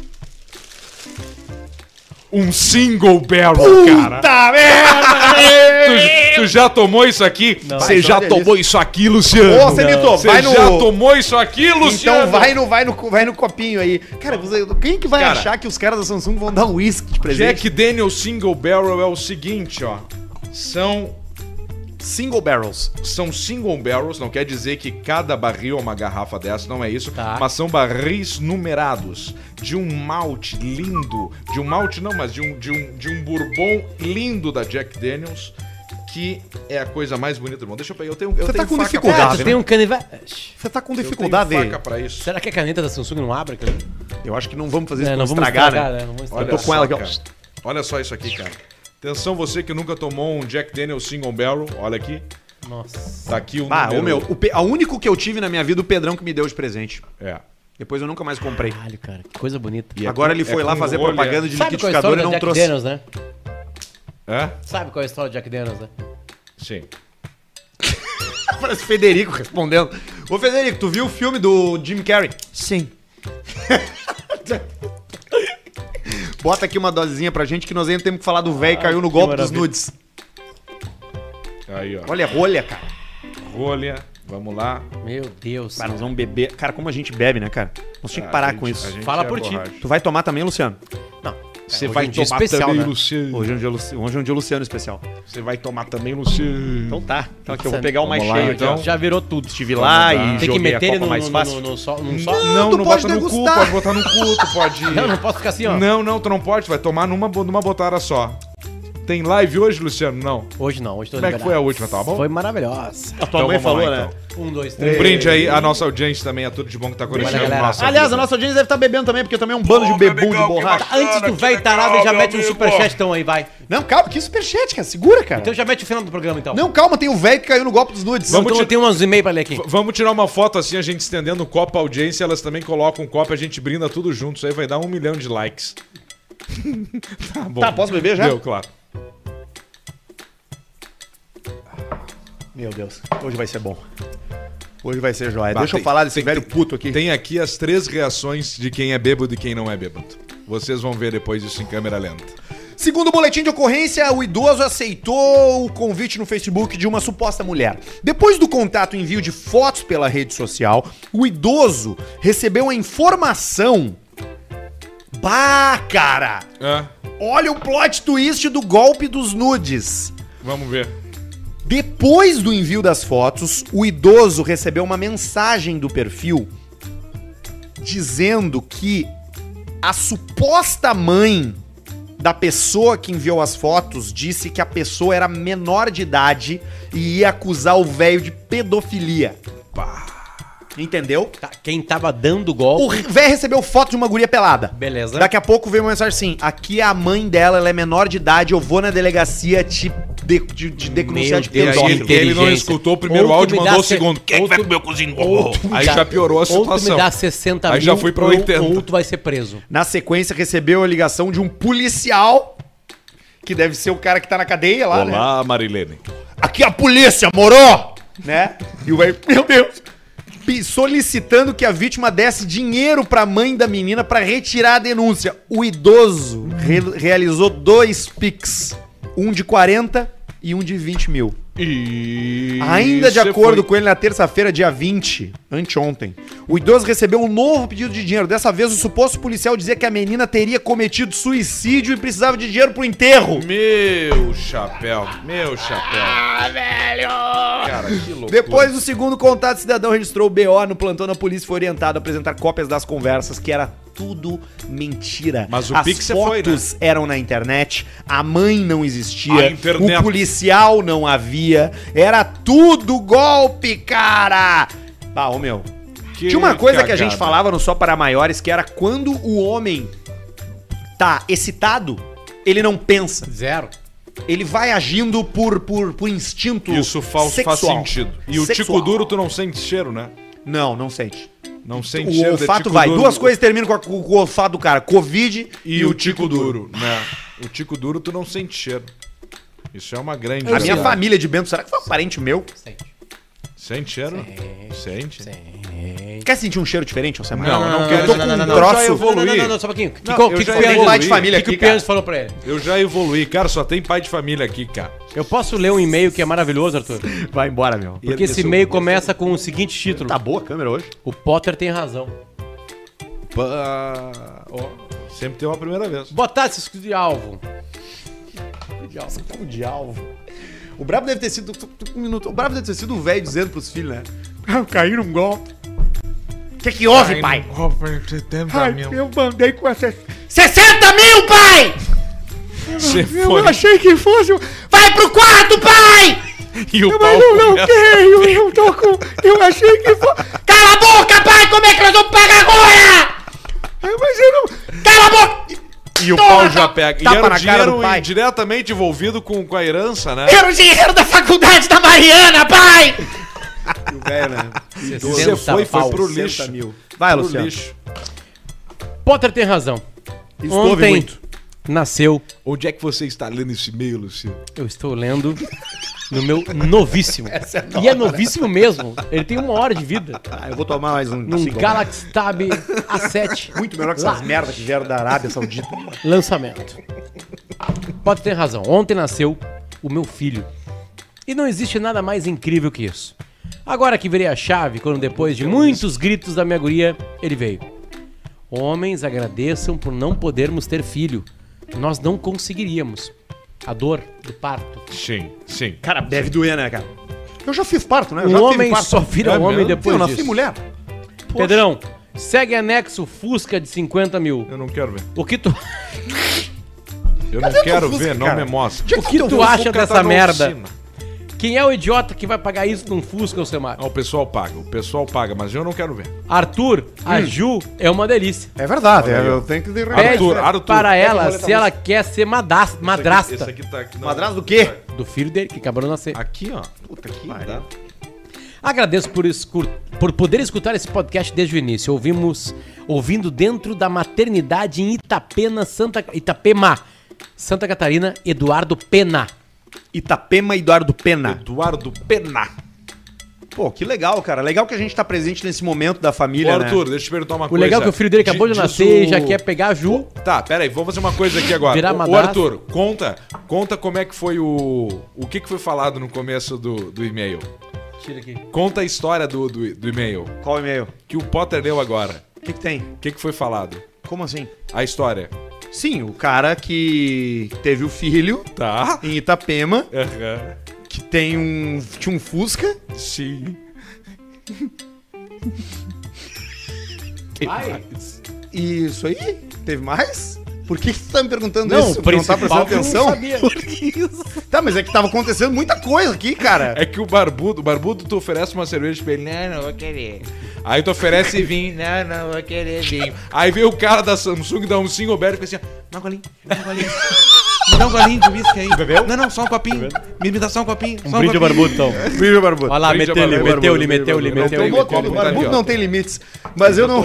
Um single barrel, cara.
Puta merda!
Tu, tu já tomou isso aqui? Você
Vai,
já
olha
tomou isso aqui, Luciano?
Ô, Celito,
Você
vai no...
já tomou isso aqui, Luciano?
Então vai no, vai, no, vai no copinho aí. Cara, você- quem que vai
Cara.
achar que os caras da Samsung vão dar uísque de presente?
Jack Daniel Single Barrel é o seguinte, ó. São
Single barrels.
são single barrels, não quer dizer que cada barril é uma garrafa dessa, não é isso.
Tá.
Mas são barris numerados de um malte lindo, de um malte não, mas de um, de um, de um bourbon lindo da Jack Daniels, que é a coisa mais bonita do mundo. Deixa eu pegar, eu tenho, eu
Você tá
tenho
com
faca
dificuldade,
Ah,
pra isso.
tu
né?
tem um canivete.
Você tá com
Eu
dificuldade.
tenho faca pra isso.
Será que a caneta da Samsung não abre? Cara?
Eu acho que não vamos fazer isso
É,
pra
não
não
vamos
estragar,
estragar,
né?
né? Não vamos
Olha
estragar.
tô com
só,
ela aqui, ó.
cara. Olha só isso aqui, cara. Atenção você que nunca tomou um Jack Daniels Single Barrel, olha aqui.
Nossa.
Tá aqui o
Ah,
número.
o meu, o pe- a único que eu tive na minha vida, o Pedrão que me deu de presente.
É.
Depois eu nunca mais comprei.
Caralho, cara, que coisa bonita.
E é
Agora
com-
ele
é
foi lá
com
fazer
rolha.
propaganda de
Sabe qual é a
liquidificador
história
e
do
não
Jack
trouxe.
Daniels, né?
É?
Sabe qual é a história do Jack Daniels, né?
Sim.
[laughs] Parece Federico respondendo. Ô Federico, tu viu o filme do Jim Carrey?
Sim.
Bota aqui uma dosezinha pra gente que nós ainda temos que falar do velho Ah, que caiu no golpe dos
maravilha.
nudes.
Aí, ó.
Olha, rolha, cara.
Rolha, vamos lá.
Meu Deus.
Cara,
cara.
nós vamos beber. Cara, como a gente bebe, né, cara? Nós tínhamos que parar com isso.
Fala por ti.
Então,
Tu vai tomar também, Luciano?
Não.
Você
hoje
vai
é um dia
tomar
especial,
também,
né?
Luciano.
Hoje é um dia, Luci- hoje é um dia Luciano especial.
Você vai tomar também, Luciano.
Então tá. Então aqui eu vou pegar o mais
Vamos lá,
cheio
então.
aqui, ó.
Já virou tudo.
Estive lá
Vamos lá.
e
Tem que
né? joguei a
meter ele
copa
no,
mais
no-
fácil.
no- no só. Num só.
não,
tu
não,
pode
bota no cu,
degustar.
pode botar no cu, tu pode.
[laughs] Não, não posso ficar assim, ó.
Não, não, tu não pode, tu vai tomar numa, bo- numa botada só. Tem live hoje, Luciano? Não.
Hoje não, hoje tô
Como é que
liberado.
foi a última, tá bom?
Foi maravilhosa.
A tua
Então
mãe
vamos
falou,
lá,
né?
Um, dois,
Um
três.
brinde aí à nossa audiência também, a tudo de bom que tá conectando.
galera.
Nossa
Aliás, a
vida.
nossa audiência deve estar bebendo também, porque também é um bando de bebum de borracha.
Tá, Antes do velho tarado, já mete um superchat então aí, vai.
Não, calma, que superchat, cara. Segura, cara.
Então já mete o final do programa então.
Não, calma, tem o velho que caiu no golpe dos nudes.
Vamos
então
te-
eu tenho uns e-mails pra ler aqui.
V- Vamos tirar uma foto assim, a gente estendendo o copo à audiência, elas também colocam um copo, a gente brinda tudo junto, isso aí vai dar um milhão de likes. [laughs] tá bom.
Tá, posso beber já?
Deu, claro.
Meu Deus, hoje vai ser bom. Hoje vai ser joia.
Bah,
Deixa eu
tem-
falar desse
tem-
velho puto aqui.
Tem aqui as três reações de quem é bêbado e quem não é bêbado. Vocês vão ver depois isso em câmera lenta.
Segundo o boletim de ocorrência, o idoso aceitou o convite no Facebook de uma suposta mulher. Depois do contato e envio de fotos pela rede social, o idoso recebeu a informação. Bah, cara!
Ah,
Olha o plot twist do golpe dos nudes.
vamos ver.
Depois do envio das fotos, o idoso recebeu uma mensagem do perfil dizendo que a suposta mãe da pessoa que enviou as fotos disse que a pessoa era menor de idade e ia acusar o velho de pedofilia. Entendeu?
Tá, Quem tava dando golpe.
O velho recebeu foto de uma guria pelada.
Beleza.
Daqui a pouco veio uma mensagem assim: aqui é a mãe dela, ela é menor de idade, eu vou na delegacia te, de, de, de
Meu
denunciar de
Deus,
Ele,
pedófilo.
que
ele não
inteligência.
escutou o primeiro
Ou tu
áudio,
me
mandou o
dá se-
segundo. Quem é
ou
vai
tu-
comer meu cozinho?
ou tu me
Aí
dá-
já piorou a
Ou tu
situação.
me dá 60
Aí já fui pra
ou-
80.
Ou, tu vai ser preso.
Na sequência, recebeu a ligação de um policial, que deve ser o cara que tá na cadeia lá, né?
Olá, Marilene.
Aqui é a polícia, morou! Né? E o velho, [laughs] meu Deus! Pi- Solicitando que a vítima desse dinheiro pra mãe da menina pra retirar a denúncia. O idoso re- realizou dois PIX: um de 40 e um de 20 mil.
E
Ainda de
você
acordo
foi-
com ele, na terça-feira, dia 20, anteontem, o idoso recebeu um novo pedido de dinheiro. Dessa vez, o suposto policial dizia que a menina teria cometido suicídio e precisava de dinheiro pro enterro.
Meu chapéu, meu chapéu. Ah, velho! Cara, que loucura.
Depois do segundo contato, o cidadão registrou o BO no plantão da polícia e foi orientado a apresentar cópias das conversas, que era tudo mentira.
Mas o
As
Pix você foi, né?
fotos eram na internet, a mãe não
A
existia,
internet.
o policial não havia, era tudo golpe, cara! Bah, ô meu,
Que
Tinha uma coisa que a
cagada.
gente falava no Só para Maiores, que era quando o homem tá excitado, ele não pensa.
Zero.
Tá,
Ele vai agindo por, por, por instinto
Isso faz, faz
sexual.
sentido. E o
Sexual.
tico duro tu não sente cheiro, né?
Não, não sente.
Não sente
O
cheiro de
olfato
tico
vai.
duro.
Duas coisas terminam com, a- com o olfato do cara. Covid
E, o tico duro, né? O tico duro tu não sente cheiro. Isso é uma
A
grande.
minha
verdade.
família de Bento, será que foi um parente meu?
Sente.
Sente cheiro? Sente.
Quer sentir um cheiro diferente, você
Não, não,
eu
quero.
tô
já-
com
não,
um
não, não,
troço-
já evoluí.
Não, não, não, não, Tá, só um pouquinho.
Não,
que,
eu
que,
já
que o Pianges-
evoluí.
Pai de família
que que
aqui,
o Pianges falou pra ele?
Eu já evoluí. Cara, só tem pai de família aqui, cara.
Eu posso ler um e-mail que é maravilhoso, Arthur?
Vai embora, meu.
Porque esse
Esse-
e-mail começa com o seguinte título.
Tá boa a câmera hoje?
O Potter tem razão.
Pá, Ah, ó, sempre tem uma primeira vez.
Boa tarde, seus cu de alvo.
Com um de alvo. O Brabo deve ter sido. Um minuto. O Brabo deve ter sido o velho dizendo pros filhos, [laughs] né? Caíram um golpe. O que, que houve, pai? Ai, eu mandei com essa. 60 mil, pai!
Você
Eu
foi.
achei que fosse. um- Vai pro quarto, pai!
E o
Mas eu não
começa-
tenho, eu tô com. Eu achei que fosse. Cala a boca, pai! Como é que nós vamos pagar agora? Ai, Mas eu não. Cala a boca!
E o
Toma,
pau
tá-
já pega. E
tapa
era
na
o
cara
dinheiro
do pai.
em- diretamente envolvido com, com a herança, né?
Era o dinheiro da faculdade da Mariana, pai! O velho, né?
Você foi, foi
paus.
pro lixo.
mil. Vai,
Pro
Luciano.
lixo.
Potter tem razão. Ontem nasceu,
Onde é que você está lendo esse e-mail, Luciano?
eu estou lendo no meu
[laughs]
novíssimo. e é novíssimo mesmo. Ele tem uma hora de vida.
Tá
Ah, eu vou tomar mais um.
assim
Num
é.
single.
Galaxy Tab A7.
Muito melhor que essas merdas que vieram da Arábia
[laughs]
Saudita.
Lançamento. Pode ter razão. Ontem nasceu o meu filho. E não existe nada mais incrível que isso. Agora que virei a chave, quando depois de muitos gritos da minha guria, ele veio. Homens agradeçam por não podermos ter filho. Nós não conseguiríamos. A dor do parto.
Sim, sim.
Cara, deve doer, né, cara? Eu já fiz parto, né? Eu já
O Um homem
parto.
só vira
É
homem
mesmo?
depois
eu nasci
disso.
mulher.
Pedrão, segue anexo Fusca de 50 mil.
Eu não quero ver.
O [laughs] que tu,
Eu não
teu
quero
Fusca,
ver, não
cara?
me mostra.
o que
teu
tu
Fusca
acha
Fusca tá
dessa
na
merda?
oficina.
Quem é o idiota que vai pagar isso num Fusca, Alcemar?
Ah, o pessoal paga, o pessoal paga, mas eu não quero ver.
Arthur, a Ju é uma delícia.
É verdade,
aí, ó.
eu tenho que derramar.
Pede
Arthur, Arthur.
para
Pega a
ela
roleta
se ela quer ser madas- madrasta
Esse aqui tá aqui. não.
Madrasto do quê?
do filho dele, que acabou de nascer.
Aqui, ó.
Puta que
Tá.
Agradeço por, escu- por poder escutar esse podcast desde o início. Ouvimos ouvindo dentro da maternidade em Itapena, Santa Itapema, Santa Catarina, Eduardo Pena.
Itapema Eduardo Pena.
Eduardo Pena.
Pô, que legal, cara. Legal que a gente tá presente nesse momento da
Ô,
família,
Arthur,
né?
deixa eu te perguntar uma
O
coisa.
legal é que o filho dele acabou de,
Diz
nascer e
o-
já quer pegar a Ju.
Tá, peraí, vamos fazer uma coisa aqui agora.
Virar
Ô, Ô,
madrasta.
Arthur, conta, conta como é que foi o. O que, que foi falado no começo do, do e-mail?
Tira aqui.
Conta a história do, do, do e-mail
Qual o e-mail?
que o Potter leu agora.
O que, que tem?
O que, que foi falado?
Como assim?
A história.
Sim, o cara que teve o filho
Tá? [laughs]
em Itapema,
Aham.
que tem um. tinha um Fusca.
Sim.
Ai,
E isso aí? Teve mais? Por que, que tu tá me perguntando
Não,
isso?
o
Tu Não tá
principal
prestando
que eu não
atenção?
[laughs] sabia.
Por que isso? Tá, mas é que tava acontecendo muita coisa aqui, cara.
É que o barbudo, o barbudo tu oferece uma cerveja pra ele, não, não vou querer. Aí tu oferece vinho, não, não vou querer vinho. Aí vem o cara da Samsung, dá um single beer e fica assim, ó, dá um golinho, dá um golinho. Me dá um golinho de whisky aí. Bebeu? Não, não, só um copinho. Me, me dá só um copinho.
Um
só
brinde ao
copinho.
barbudo, então.
Beijo, Barbudo.
Olha lá,
Brinde ao
meteu-lhe,
barbudo,
meteu-lhe,
barbudo,
meteu-lhe,
barbudo.
meteu-lhe. meteu-lhe.
Tomou
Todo
Tá aqui,
barbudo
ó.
não tem limites. Mas
[laughs]
eu não.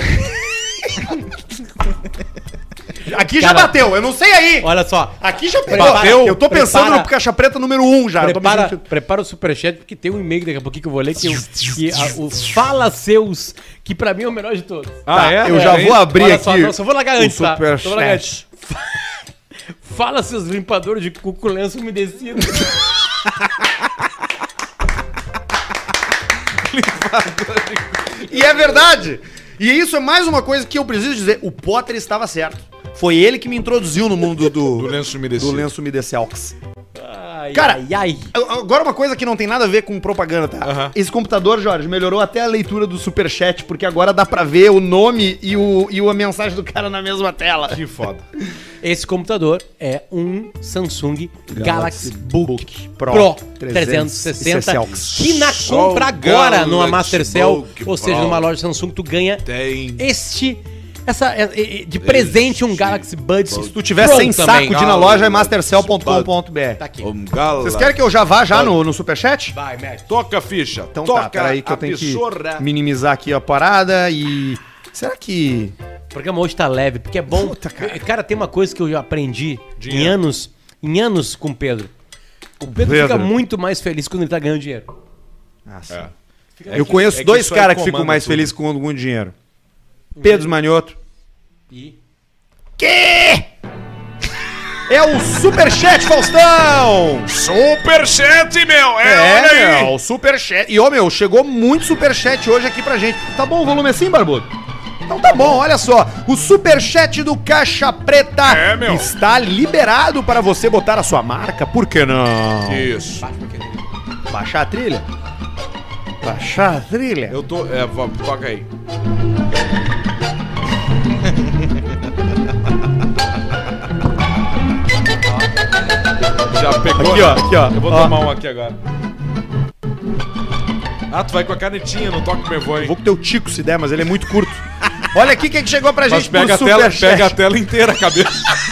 Aqui já
Cara,
bateu, eu não sei aí.
Olha só,
Aqui já pegou.
Prepara,
eu tô pensando
prepara.
no caixa preta número 1 um já. eu tô me
prepara,
sentindo-
prepara o superchat, porque tem um e-mail daqui a pouquinho que eu vou ler, que, eu, que a- o Fala Seus, que pra mim é o melhor de todos.
Ah, é?
Tá, eu já
É
vou
isso?
abrir
Olha
aqui.
Só, não, só vou largar
o
antes, tá?
superchat.
Só vou largar antes. [laughs] Fala seus limpadores de cuculenço umedecido.
E é verdade. E isso é mais uma coisa que eu preciso dizer. O Potter estava certo. Foi ele que me introduziu no mundo do,
[laughs] Do lenço umedecido.
do lenço umedecialx.
Ai,
Cara,
ai, ai.
Agora uma coisa que não tem nada a ver com propaganda, tá?
Aham.
Esse computador, Jorge, melhorou até a leitura do superchat, porque agora dá pra ver o nome e, o, e a mensagem do cara na mesma tela.
Que foda.
Esse computador é um Samsung Galaxy, Book, Pro,
Pro
360,
360.
que na
Só
compra
o
agora numa
Galaxy
Mastercell,
Book
ou seja,
Pro.
numa loja Samsung, tu ganha
Tem.
este essa é, é, é, de presente um Galaxy Buds.
Se tu tiver sem saco de ir na loja, é mastercell.com.br.
tá aqui.
Um gala.
Vocês querem que eu já vá já no, no superchat?
Vai, mexe.
Toca a ficha.
Então
Toca
tá, peraí que
a
eu tenho que
pissorra.
minimizar aqui a parada e... Será que...
O programa hoje tá leve, porque é bom.
Puta, cara.
cara. tem uma coisa que eu já aprendi em
Dinheiro.
anos, em anos com o Pedro. O Pedro,
Pedro.
fica muito mais feliz quando ele tá ganhando dinheiro.
Nossa.
É.
eu conheço dois caras é que ficam mais felizes com algum dinheiro. Pedro Manioto.
E
É o Superchat, Faustão!
Superchat, Um meu! É, olha
É,
aí.
meu, o Superchat. E, ô, meu, chegou muito Superchat hoje aqui pra gente. Tá bom o volume assim, Barbudo? Então tá bom, olha só. O Superchat do Caixa Preta
É, meu.
está liberado para você botar a sua marca. Por que não?
Isso.
Baixar a trilha. Baixar a trilha.
Eu tô. É, vo- toca aí. Já pegou?
Aqui,
né?
ó, aqui, ó.
Eu vou
Ó.
tomar um aqui agora. Ah, tu vai com a canetinha, não toca o meu voo,
Eu
hein?
vou com o teu tico se der, mas ele é muito curto. [laughs] Olha aqui quem que chegou pra
Mas
gente
pega a,
por
tela,
Superchat.
pega a tela inteira,
[laughs]
a cabeça.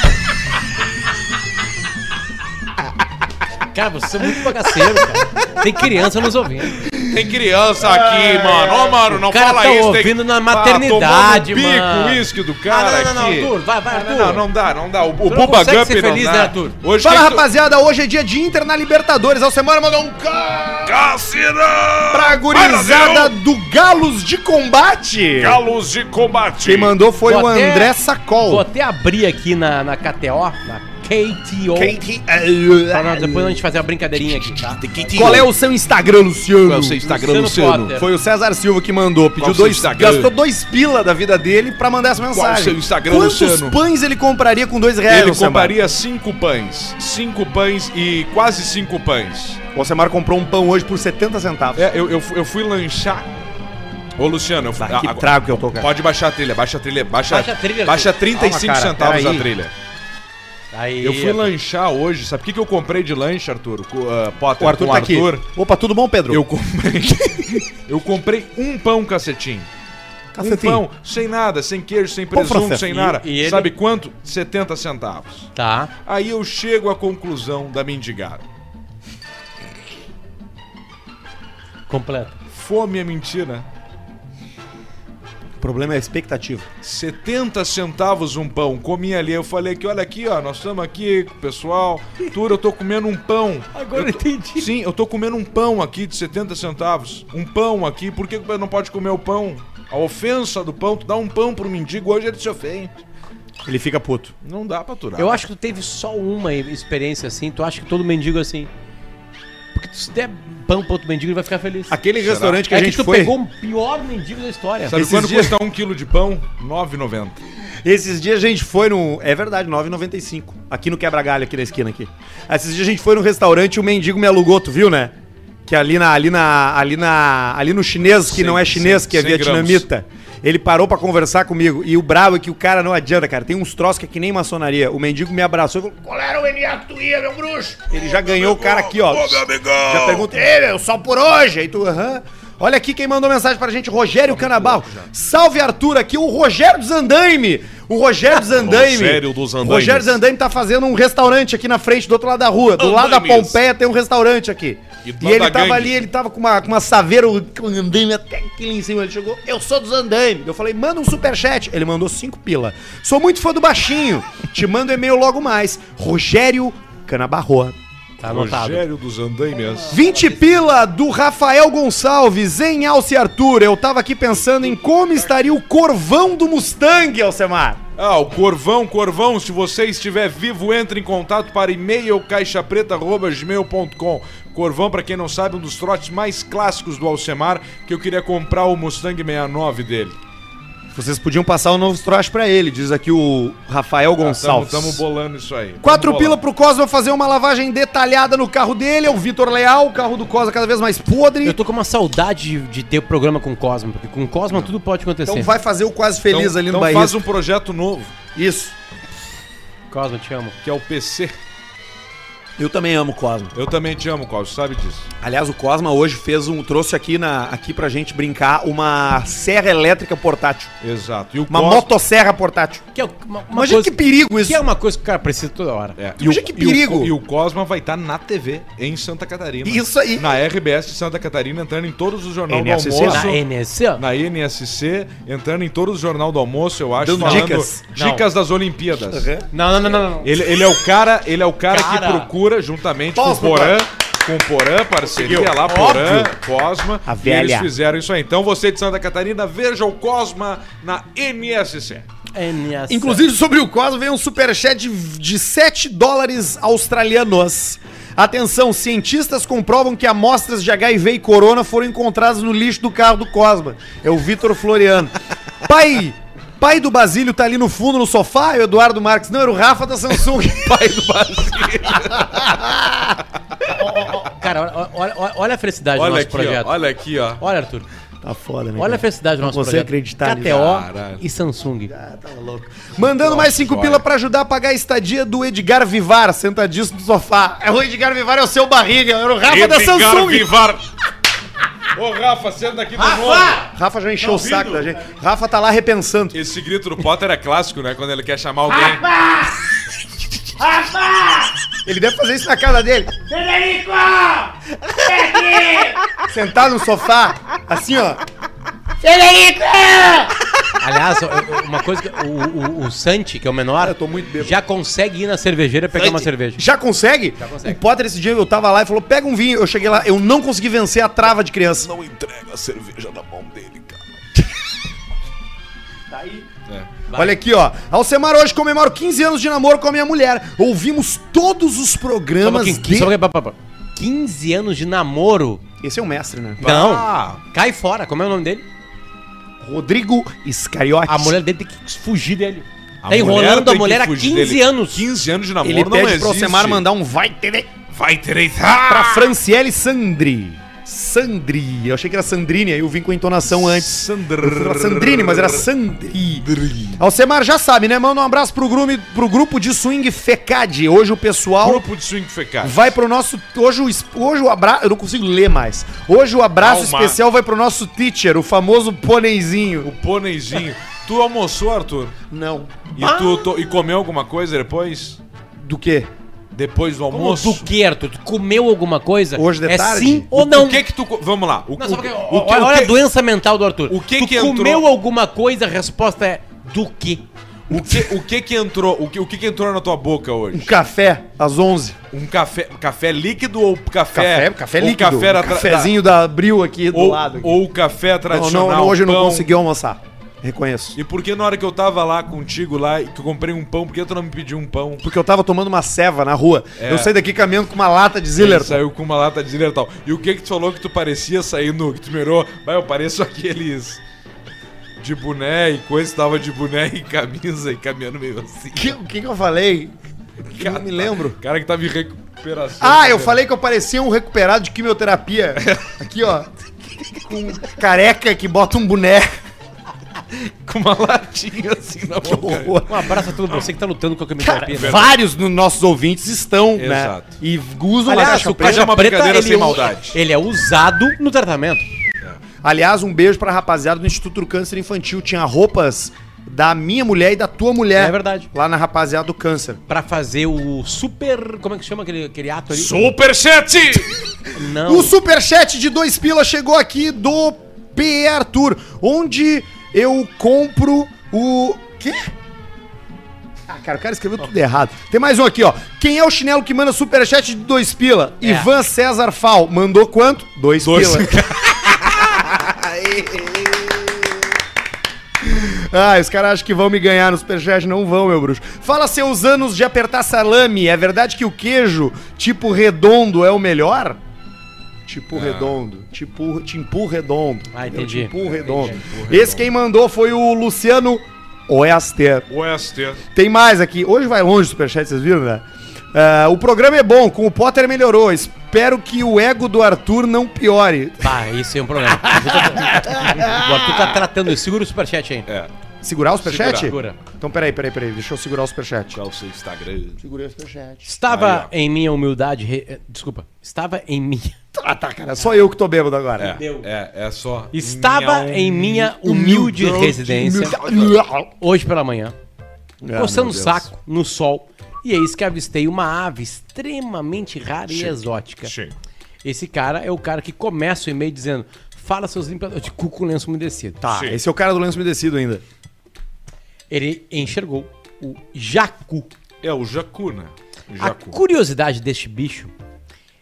Cara, vocês são muito bagaceiro, cara. Tem criança nos ouvindo.
Tem criança aqui, mano. Ô, mano, não
É. O cara
fala
tá
isso.
ouvindo
tem...
na maternidade,
mano.
mano.
bico, uísque do cara
Ah, não, não, não,
aqui.
Arthur, vai, vai,
Não,
Arthur.
não, não dá, não dá. O, o
não
Bubba
consegue
Gump
ser
não
feliz,
dá.
né, Arthur?
Hoje
Fala,
tem que tu-
rapaziada, hoje é dia de Inter na Libertadores. Alcemara mandou um cara
Cassirão!
pra gurizada do Galos de Combate.
Galos de combate.
Quem mandou foi
Vou
o
até-
André
Vou
Sacol.
até abrir aqui na, na KTO, na KTO.
Tá,
Pra nós- depois a gente fazer uma brincadeirinha aqui, tá?
Qual é o seu Instagram, Luciano?
Qual é o seu Instagram,
Luciano
Luciano?
Potter.
Foi o César Silva que mandou, pediu
o seu
dois,
Instagram? é
gastou dois pila da vida dele pra mandar essa mensagem.
o seu Instagram,
Quantos
Luciano?
pães ele compraria com dois reais,
Ele
Alcemar?
compraria cinco pães. Cinco pães e quase cinco pães.
O Alcemar comprou um pão hoje por 70 centavos.
É, eu, eu, fu- eu fui lanchar. Ô, Luciano, eu fui.
Ah, que
ah, agora-
trago que eu tô, cara.
Pode baixar a trilha, baixa a trilha, baixa,
Baixa a trilha,
baixa
Arthur.
35
Calma, cara,
centavos a
peraí.
trilha.
Aí,
Eu fui lanchar hoje, sabe o que, que eu comprei de lanche, Arthur? Co- ah, Potter,
O Arthur
com
tá aqui. Opa, tudo bom, Pedro?
Eu comprei. [laughs] eu comprei um pão cacetinho.
Cacetinho.
Um pão, sem nada, sem queijo, sem
Pão
presunto,
francês.
sem nada.
E- e ele-
Sabe quanto? 70 centavos.
Tá.
Aí eu chego à conclusão da mendigada.
Completo.
Fome é mentira.
O problema é a expectativa.
70 centavos um pão. Comi ali, eu falei que olha aqui, ó, nós estamos aqui, pessoal. Tudo, eu tô comendo um pão.
Agora eu
eu tô-
entendi.
Sim, eu tô comendo um pão aqui de 70 centavos. Um pão aqui, por que que não pode comer o pão? A ofensa do pão, tu dá um pão pro mendigo, hoje ele se ofende.
Ele fica puto.
Não dá pra aturar.
Eu acho que tu teve só uma experiência assim, tu acha que todo mendigo é assim. Porque tu se der pão pro outro mendigo, ele vai ficar feliz.
Aquele
Será?
restaurante que a
é
gente
que tu
foi.
pegou o pior mendigo da história.
Sabe
Esses
quando
dias-
custa um quilo de pão? 9,90.
Esses dias a gente foi num. É verdade, 9,95. Aqui no quebra-galho, aqui da esquina aqui. Esses dias a gente foi num restaurante e o mendigo me alugou, tu viu, né? Que ali na. Ali na. Ali na. Ali no chinês, que
Cem-
não é chinês,
cem-
que é
cem gramas.
vietnamita. Ele parou pra conversar comigo. E o brabo é que o cara não adianta, cara. Tem uns troços que é que nem maçonaria. O mendigo me abraçou e falou: Qual era o Elias que tu ia, meu bruxo? Ele já ganhou o cara aqui, ó. Já pergunta, ei, meu, só por hoje. Aí tu, aham. Olha aqui quem mandou mensagem pra gente, Rogério Canabarro. Salve Arthur aqui, o Rogério dos Andaime. O Rogério
[laughs]
dos Andaime.
Rogério dos Andaimes.
Rogério dos Andaime tá fazendo um restaurante aqui na frente, do outro lado da rua. Do lado da
Andaimes.
Pompeia tem um restaurante aqui.
E
E,
do lado
ele
da
tava
gangue.
ali, ele tava com uma, com uma saveira, o andaime até aqui lá em cima. Ele chegou, eu sou dos andaime. Eu falei, manda um superchat. Ele mandou cinco pila. Sou muito fã do baixinho. Te mando e-mail logo mais. Rogério Canabarro.
Tá
Rogério dos Andaimes.
20 pila do Rafael Gonçalves em Alce Arthur. Eu tava aqui pensando em como estaria o corvão do Mustang, Alcemar.
Ah, o Corvão, Corvão, se você estiver vivo, entre em contato para e-mail caixapreta.gmail.com. Corvão, pra quem não sabe, um dos trotes mais clássicos do Alcemar, que eu queria comprar o Mustang 69 dele.
Vocês podiam passar o novo troço pra ele, diz aqui o Rafael Gonçalves.
Estamos bolando isso aí. Tamo
Quatro
bolando.
pila pro Cosma fazer uma lavagem detalhada no carro dele. É o Vitor Leal, o carro do Cosma cada vez mais podre.
Eu tô com uma saudade de, de ter programa com o Cosma, porque com o Cosma tudo pode acontecer.
Então vai fazer o quase
Então-
feliz ali no
então
Bahia.
faz um projeto novo,
Isso.
Cosma, te amo.
que é o PC.
Eu também amo o Cosma.
Eu também te amo, Cláudio, sabe disso.
Aliás, o Cosma hoje fez um. trouxe aqui, na, aqui pra gente brincar uma serra elétrica portátil.
Exato. E o
Uma
Cosma-
motosserra portátil.
Que é uma, uma
Imagina
coisa
que perigo isso.
que é uma coisa que o cara precisa toda hora.
É, e, o,
Imagina que
e o-
perigo.
e o Cosma vai estar na TV em Santa Catarina.
Isso aí.
Na RBS de Santa Catarina, entrando em todos os jornais do
NSC,
almoço.
Na NSC, ó.
na NSC, entrando em todos os jornal do almoço, eu acho,
Dando
falando
dicas.
dicas das Olimpíadas.
Não, não, não, não. não.
Ele, ele é o cara, ele é o cara,
Cara.
que procura juntamente
Cosmo,
com o Porã, com o Porã, parceria lá, Porã, Cosma,
A
e
velha.
eles fizeram isso aí. Então você de Santa Catarina, veja o Cosma na NSC.
NSC.
Inclusive, sobre o Cosmo, veio um superchat de, de 7 dólares australianos. Atenção, cientistas comprovam que amostras de HIV e corona foram encontradas no lixo do carro do Cosma. É o Vitor Floriano.
[laughs]
Pai, pai do Basílio tá ali no fundo, no sofá, e o Eduardo Marques. Não, era o Rafa da Samsung. pai do Basílio.
Ah, Cara, olha, olha- olha- olha a felicidade do
Olha
nosso
aqui,
projeto.
ó,
olha.
olha aqui, ó.
Arthur.
Tá foda, né?
Olha a felicidade do nosso
consigo
projeto.
acreditar nisso.
KTO
Caralho.
e Samsung.
Tá Mandando mais cinco
joia.
pila pra ajudar a pagar a estadia do Edgar Vivar, sentadíssimo no sofá. É o Edgar Vivar, é o seu barriga, era o Rafa da
Edgar
Samsung.
Vivar. Ô, Rafa, senta aqui de novo.
Rafa já
Tá
encheu o saco da gente. Rafa tá lá repensando.
Esse grito do Potter é clássico, né? Quando ele quer chamar alguém.
Ele deve fazer isso na casa dele. Federico! Sentado no sofá, assim, ó.
Aliás, eu- eu- uma coisa que o, o, o Santi, que é o menor,
eu tô muito bêbado.
já consegue ir na cervejeira e pegar uma cerveja.
Já consegue? Já
consegue.
O Potter, esse dia, eu tava lá e falou, pega um vinho. Eu cheguei lá, eu não consegui vencer a trava de criança.
Não entrega a cerveja na mão dele,
[laughs]
cara.
Vai. Olha aqui, ó. Alcemar hoje comemora 15 anos de namoro com a minha mulher. Ouvimos todos os
Só um
programas
pouquinho,
de...
só um pouquinho, pá, pá, pá. 15 anos de namoro.
Esse é o mestre, né?
Ah.
Não. Cai fora. Como é o nome dele?
Rodrigo Iscariotti.
A mulher dele tem que fugir dele.
A
tá
mulher
enrolando
tem
a
que
mulher há
fugir
15
dele.
anos.
15 anos de namoro
Ele pede pro
existe.
Alcemar mandar um vai TV
Vai, Teresa!
pra Franciele Sandri. Sandri. Eu achei que era Sandrine, aí eu vim com a entonação antes.
Sandr...
Eu falei Sandrine, mas era Sandri. Alcemar já sabe, né? Manda um abraço pro, grume, pro grupo de swing FECAD. Hoje o pessoal...
Grupo de swing fecal.
Vai pro nosso. Hoje o, es- hoje o abraço. Eu não consigo ler mais. Hoje o abraço
Calma.
especial vai pro nosso teacher, o famoso
O
poneizinho.
pôneizinho. tu almoçou, Arthur?
Não.
E, tu, to- e comeu alguma coisa depois?
Do quê?
Depois do
Como
almoço.
Duquerto, tu comeu alguma coisa?
Hoje de
é
tarde?
sim
O-
ou não?
O que que tu. co- Vamos lá. O,
Não,
o-
só
é?
porque,
o
o,
que- é o
olha
que-
a é doença mental do Arthur.
o que
tu
que entrou?
comeu alguma coisa, a resposta é do quê?
O que, o que que entrou? O que, o que que entrou na tua boca
Um
hoje?
café às 11.
Um café, café líquido ou café?
Café, café
ou
líquido.
Café
um
tra-
cafezinho da Abril aqui do
ou,
lado. aqui.
ou café
não,
tradicional.
não, não, hoje eu não
pão.
consegui almoçar. Reconheço.
E por que na hora que eu tava lá contigo lá e que eu comprei um pão, por que tu não me pediu um pão?
Porque eu tava tomando uma ceva na rua.
É.
Eu saí daqui caminhando com uma lata de
Ele
Ziller.
saiu com uma lata de ziller e tal. E o que que tu falou que tu parecia sair no que tu mirou? Vai, eu pareço aqueles de boné e coisa, tava de boné e camisa e caminhando meio assim.
Que- O que, que eu falei? Eu não me lembro.
Cara que tava em recuperação.
Ah, eu
Cara.
falei que eu parecia um recuperado de quimioterapia. Aqui, ó. Com careca que bota um boné.
com uma latinha assim na boca.
Um abraço a todo mundo, você que tá lutando com a
Cara,
quimioterapia. né?
vários dos nossos ouvintes estão,
Exato.
né? E usam
Aliás,
a caixa
o
preta.
Mas é uma brincadeira sem maldade.
ele é usado no tratamento.
Aliás, um beijo pra rapaziada do Instituto do Câncer Infantil. Tinha roupas da minha mulher e da tua mulher.
É verdade.
Lá na rapaziada do câncer.
Pra fazer o super. Como é que chama aquele, aquele ato ali?
Super
Não.
O superchat de dois pila chegou aqui do P. Arthur, onde eu compro o. Quê? Ah, cara, o cara escreveu tudo errado. Tem mais um aqui, ó. Quem é o chinelo que manda superchat de dois pila?
É.
Ivan César Fal. Mandou quanto? Dois,
Dois.
[laughs]
pila. Ah, os caras acham que vão me ganhar no superchat. Não vão, meu bruxo. Fala seus anos de apertar salame. É verdade que o queijo, tipo redondo, é o melhor? Tipo redondo. Tipo timpu redondo.
Ah,
entendeu?
entendi. Tipo
Timpu redondo. Esse quem mandou foi o Luciano Oester.
Wester.
Tem mais aqui. Hoje vai longe o superchat, vocês viram, né? Ah, o programa é bom, com o Potter melhorou. Espero que o ego do Arthur não piore.
Bah, isso é um problema. O Arthur tá- o Arthur tá tratando isso. Segura o superchat aí.
É,
Segurar o superchat?
Segura.
Então peraí, peraí, peraí. Deixa eu segurar o superchat.
qual o seu Instagram?
Estava
Aí, ó.
em minha humildade. re- eh, Desculpa. Estava em minha.
Ah, tá, cara. Só eu que tô bêbado agora.
É,
Deu.
é, é só.
Estava
Minha
em
um-
minha humilde residência hoje pela manhã,
Ah,
coçando o saco no sol, e eis que avistei uma ave extremamente rara e exótica.
Sim.
Esse cara é o cara que começa o e-mail dizendo: fala seus limpadores de cu com lenço umedecido.
Tá,
Sim.
esse é o cara do lenço umedecido ainda.
Ele enxergou o jacu.
É o Jacu, né? O
A
Jacu.
curiosidade deste bicho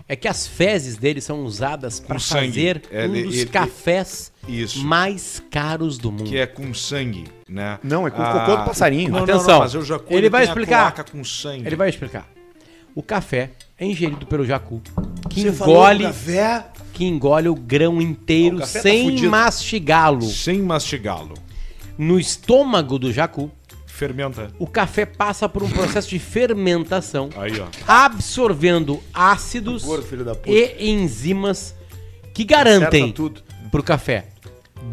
é que as fezes dele são usadas para
sangue.
fazer
É,
um
ele-
dos
ele-
cafés
Isso.
mais caros do mundo.
Que é com sangue, né?
Não, é com cocô do passarinho.
Não, Atenção.
Atenção.
Não, não, mas é o Jacu,
Ele vai
tem a
explicar.
cloaca com sangue.
Ele vai explicar. O café é ingerido pelo jacu, que engole, que engole o grão inteiro
Ah, o café tá
sem
fudido.
mastigá-lo.
Sem mastigá-lo.
No estômago do jacu,
Fermenta.
o café passa por um processo de fermentação,
Aí, ó.
absorvendo ácidos
Tá Gordo, filho da puta.
e enzimas que garantem
Acerta tudo.
pro café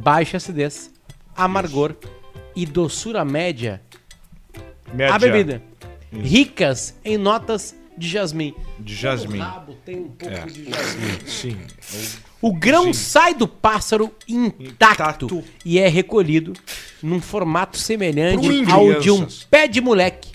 baixa acidez, amargor e doçura média
Média
É
a bebida, ricas em notas de jasmim.
Hum.
De jasmim.
O rabo tem um pouco
É.
de jasmim.
Sim.
O grão sai do pássaro intacto,
Intacto.
e é recolhido num formato semelhante
Pro índio.
ao de um
Crianças.
pé de moleque.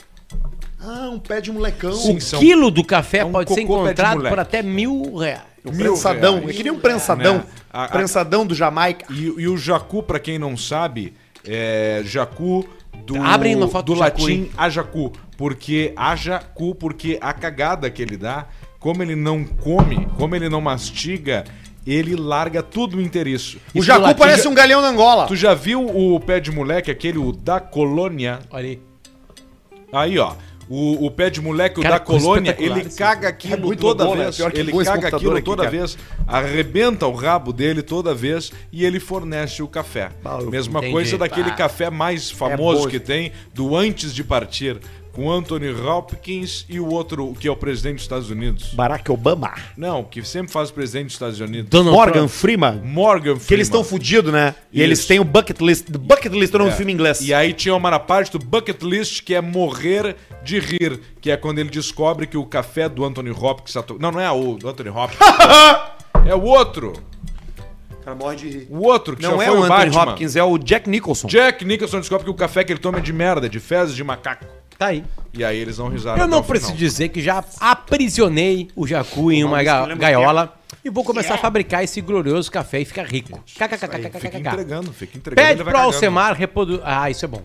Ah, um pé de molecão.
Sim,
o
são-
quilo do café
é um
pode ser
cocô pé de
encontrado
moleque.
por até mil reais.
Um prensadão.
reais.
Eu queria um prensadão.
Né? A- a-
Prensadão do Jamaica.
E, e o Jacu, pra quem não sabe, é Jacu do,
Abrem Tá, uma foto
do
do Jacu,
latim
hein?
Ajacu. Porque Ajacu, porque a cagada que ele dá, como ele não come, como ele não mastiga, ele larga tudo inteiriço.
O
Isso
Jacu
do latim
parece
já-
um galhão na Angola.
Tu já viu o pé de moleque, aquele o da colônia?
Olha aí.
Aí, ó. O, o pé de moleque, o
Cara,
da
coisa
colônia,
espetacular
ele
esse
caga
É
aquilo
muito
toda
bom, né?
vez.
Pior que
Ele
bom esse
caga
computador
aquilo
aqui,
toda
cara.
vez, arrebenta o rabo dele toda vez e ele fornece o café.
Ah, eu
Mesma
entendi.
coisa daquele
Ah.
café mais famoso
bom.
que tem, do Antes de Partir, com Anthony Hopkins e o outro, que é o presidente dos Estados Unidos.
Barack Obama.
Não, que sempre faz o presidente dos Estados Unidos.
Donald
Morgan
Trump.
Freeman.
Morgan Freeman.
Que eles estão fudidos, né? E
Isso.
eles têm o bucket list. The bucket list é um
É.
filme inglês.
E aí tinha uma na parte do bucket list que é morrer de rir, que é quando ele descobre que o café do Anthony Hopkins. atu- Não, não é o do
[laughs]
Anthony Hopkins. é o outro.
O cara morre de rir.
O outro que
Não
já
é
foi
o Anthony
Batman.
Hopkins, é o Jack Nicholson.
Jack Nicholson descobre que o café que ele toma é de merda, de fezes de macaco.
Tá aí.
E aí eles não risaram.
Eu
até
não
o
preciso
final.
dizer que já aprisionei o jacu em uma ga- gaiola e vou começar a fabricar esse glorioso café e ficar rico.
Fica
KKKKKKK.
entregando, fica entregando.
Pede
ele vai
pro
cagando.
Alcemar reproduzir. Ah, isso é bom.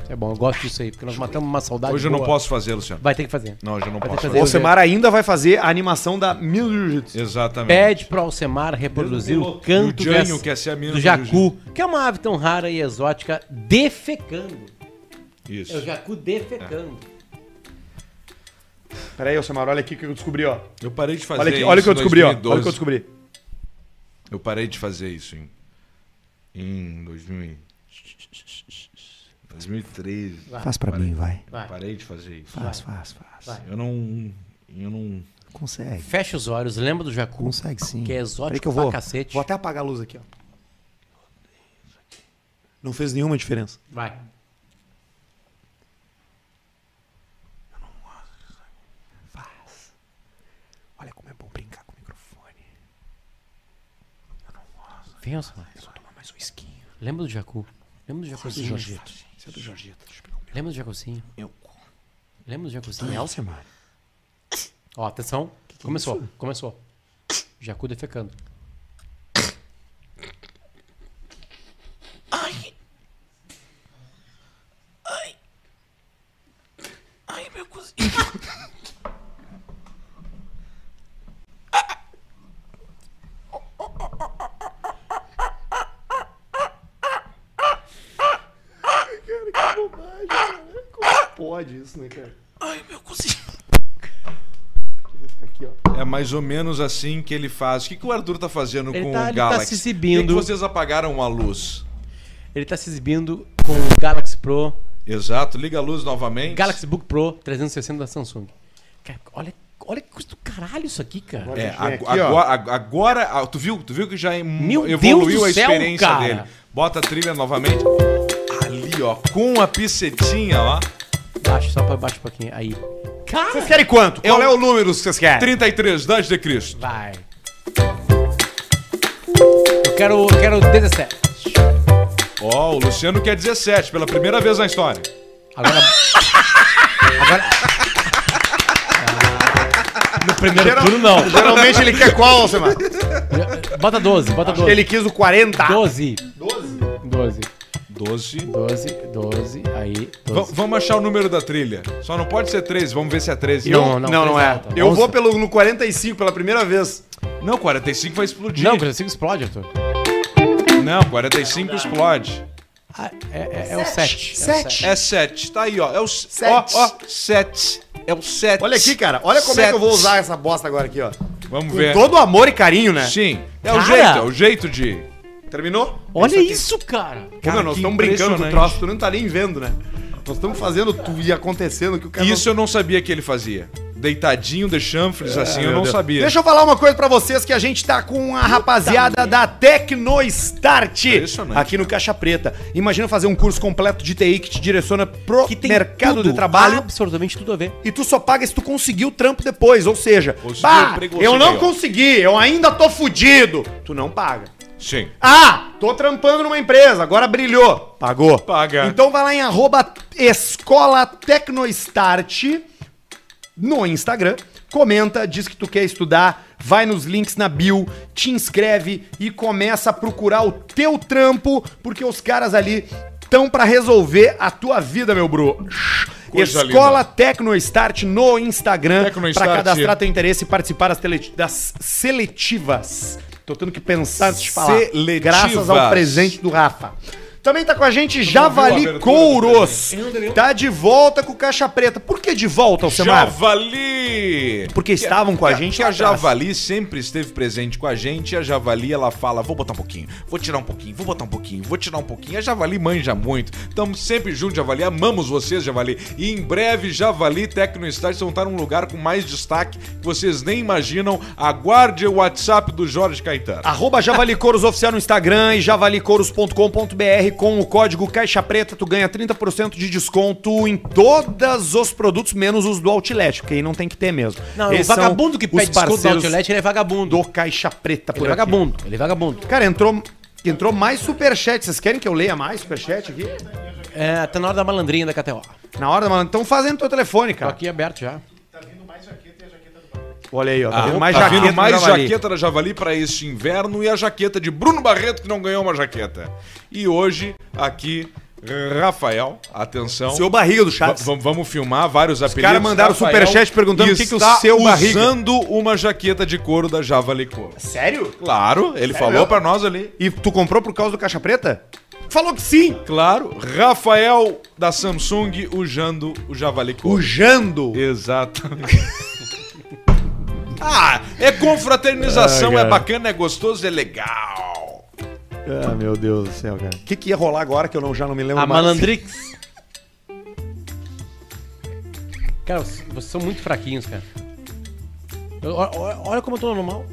Isso é bom, eu gosto disso aí, porque nós matamos uma saudade.
Hoje eu não
boa.
posso fazer, Luciano.
Vai ter que fazer.
Não, hoje eu não
Vai ter
posso.
que
O
fazer.
Alcemar ainda vai fazer a animação da Mil Jiu-Jitsu.
Exatamente.
Pede pro Alcemar reproduzir o canto
E o Jânio,
dessa-
que essa é a mina
do
do
jacu, que é uma ave tão rara e exótica, defecando. É o
Isso.
jacu defecando.
Peraí, Alcemar, olha aqui o que eu descobri, ó.
Eu parei de fazer
Olha aqui,
isso
olha o que eu
em
descobri, ó. Olha o que
2012.
eu descobri.
Eu parei de fazer isso em. Em 2000 e- 2013.
Faz pra mim, vai.
Vai.
Parei de fazer isso.
Faz, faz, faz.
Vai.
Eu não. Eu não.
Consegue.
Fecha os olhos, lembra do jacu.
Consegue sim.
Que é
Peraí
exótico
que eu vou,
pra cacete.
vou até apagar a luz aqui, ó. Não fez nenhuma diferença.
Vai.
Faz. Olha como é bom brincar com o microfone.
Vem, Alcemar.
Vou tomar mais um esquinho.
Lembra do jacu. Lembra do jacuzinho.
Isso é do Jorgito. Deixa eu pegar o meu.
Lembra do jacuzinho.
Eu. é
Lembra do jacuzinho. Elcio?
Alcemar. é
Ó, atenção. começou, começou. Jacu defecando.
Ai, meu cozinho.
Pode isso, né, cara?
Ai, meu cozinho.
Aqui, ó.
É mais ou menos assim que ele faz. O que, que o Arthur tá fazendo
Ele
com
tá- ele
o
tá
Galaxy?
se exibindo.
Por que que vocês apagaram a luz?
Ele tá se exibindo com o Galaxy Pro,
Exato, liga a luz novamente.
Galaxy Book Pro 360 da Samsung. Cara, olha, olha que coisa do caralho isso aqui, cara.
É,
Vem
agu-
aqui, ó.
agora, ag- agora- ah, tu viu, tu viu que já em-
Meu Deus
evoluiu
do
a
céu,
experiência
cara.
dele. Bota a trilha novamente. Ali, ó, com a picetinha, ó.
Baixa, só pra baixo um pouquinho. Aí. Cara!
Vocês querem quanto? Qual
Eu-
é o número que vocês querem?
33 antes de Cristo.
Vai. Eu quero, eu quero 17.
Ó, o Luciano quer 17, pela primeira vez na história.
Agora. Agora. Ah, no primeiro turno, não.
[laughs] Geralmente ele quer qual, Alcemar?
Bota 12, bota 12.
[laughs] Ele quis o 40.
12. 12.
12.
12, 12, aí. 12.
vamos achar o número da trilha. Só não pode ser 13, vamos ver se é 13.
Não.
Não, não, não é.
exalta.
Eu
Onze.
vou pelo no 45 pela primeira vez.
Não, 45 vai explodir.
Não, o 45 explode, Arthur.
Não, 45 explode.
Ah, é, é, é o 7.
Sete.
É 7. Tá aí, ó. É o 7. Ó,
Sete.
ó, 7. É o 7.
Olha aqui, cara. Olha como é que eu vou usar essa bosta agora aqui, ó.
Vamos
Com
ver.
todo amor e carinho, né?
Sim. É o
Cara.
jeito, é o jeito de.
Terminou?
Olha isso, cara.
Cara,
Cara,
nós
que
estamos brincando com o
impressionante.
troço, tu não tá nem vendo, né? Nós estamos fazendo tu e acontecendo que o cara. não-
Isso eu não sabia que ele fazia. Deitadinho de chanfres, assim, eu
É, Meu
não
Deus.
sabia.
Deixa eu falar uma coisa pra vocês que a gente tá com a rapaziada da Tecnostart
Impressionante,
aqui no Caixa Preta. Imagina fazer um curso completo de TI que te direciona pro mercado
tudo, Ah.
de trabalho.
Absolutamente tudo a ver.
E tu só paga se tu conseguir o trampo depois, ou seja,
Conseguiu
bah,
emprego,
eu
conseguiu.
não consegui, eu ainda tô fudido. Tu não paga.
Sim.
Ah, tô trampando numa empresa, agora brilhou. Pagou.
Paga.
Então vai lá em arroba escola Tecnostart no Instagram. Comenta, diz que tu quer estudar, vai nos links na bio, te inscreve e começa a procurar o teu trampo, porque os caras ali estão pra resolver a tua vida, meu bro.
Coisa
Escola Tecnostart no Instagram para
Tecnostart.
cadastrar teu interesse e participar das, tele- das seletivas. Tô tendo que pensar antes de falar.
Seletivas.
Graças ao presente do Rafa. Também tá com a gente
viu a
Javali
abertura
Couros. Tá de volta com o Caixa Preta. Por que de volta, Alcemar?
Javali!
Porque estavam com a gente
Que
lá
a
atrás.
Javali sempre esteve presente com a gente. E a Javali, ela fala: vou botar um pouquinho, vou tirar um pouquinho, vou botar um pouquinho, vou tirar um pouquinho. A Javali manja muito. Estamos sempre juntos, Javali. Amamos vocês, Javali. E em breve, Javali e Tecnoestágio vão estar num lugar com mais destaque que vocês nem imaginam. Aguarde o WhatsApp do Jorge Caetano.
Arroba Javali Couros Oficial no Instagram e javalicouros.com.br com o código Caixa Preta tu ganha 30% de desconto em todos os produtos, menos os do Outlet, porque aí não tem que ter mesmo.
Não,
Esses
o vagabundo que
são os
pede desconto do
parceiros
Outlet, ele é vagabundo.
do Caixa Preta
Ele é
aqui.
vagabundo, ele é vagabundo.
Cara, entrou, entrou mais superchat. Vocês querem que eu leia mais superchat aqui?
É, tá na hora da malandrinha da KTO.
Na hora da malandra. Estão fazendo teu telefone,
Tô
cara.
Tá aqui aberto já.
Olha aí, ó. Tá
Ah,
vindo mais
tá
jaqueta.
vindo mais
do Javali.
jaqueta da Javali para este inverno e a jaqueta de Bruno Barreto, que não ganhou uma jaqueta. E hoje, aqui, Rafael, atenção.
Seu barriga do
Va-
chat.
va- Vamos filmar vários apelidos.
Tá. caras mandaram
Rafael
superchat perguntando o que que o
está
seu barriga-
usando uma jaqueta de couro da É. Javali Couro.
Sério?
Claro, ele falou para nós ali.
E tu comprou por causa do caixa preta? Falou que sim.
Claro, Rafael da Samsung usando o Javali Couro.
Jando.
Exatamente. [laughs] ah, é confraternização, é bacana, é gostoso, é legal.
Ah, meu Deus do céu, cara. O que, que ia rolar agora que eu não, já não me lembro
A
mais?
Malandrix. Cara, vocês são muito fraquinhos, cara. Eu- ó- ó- Olha como eu tô normal.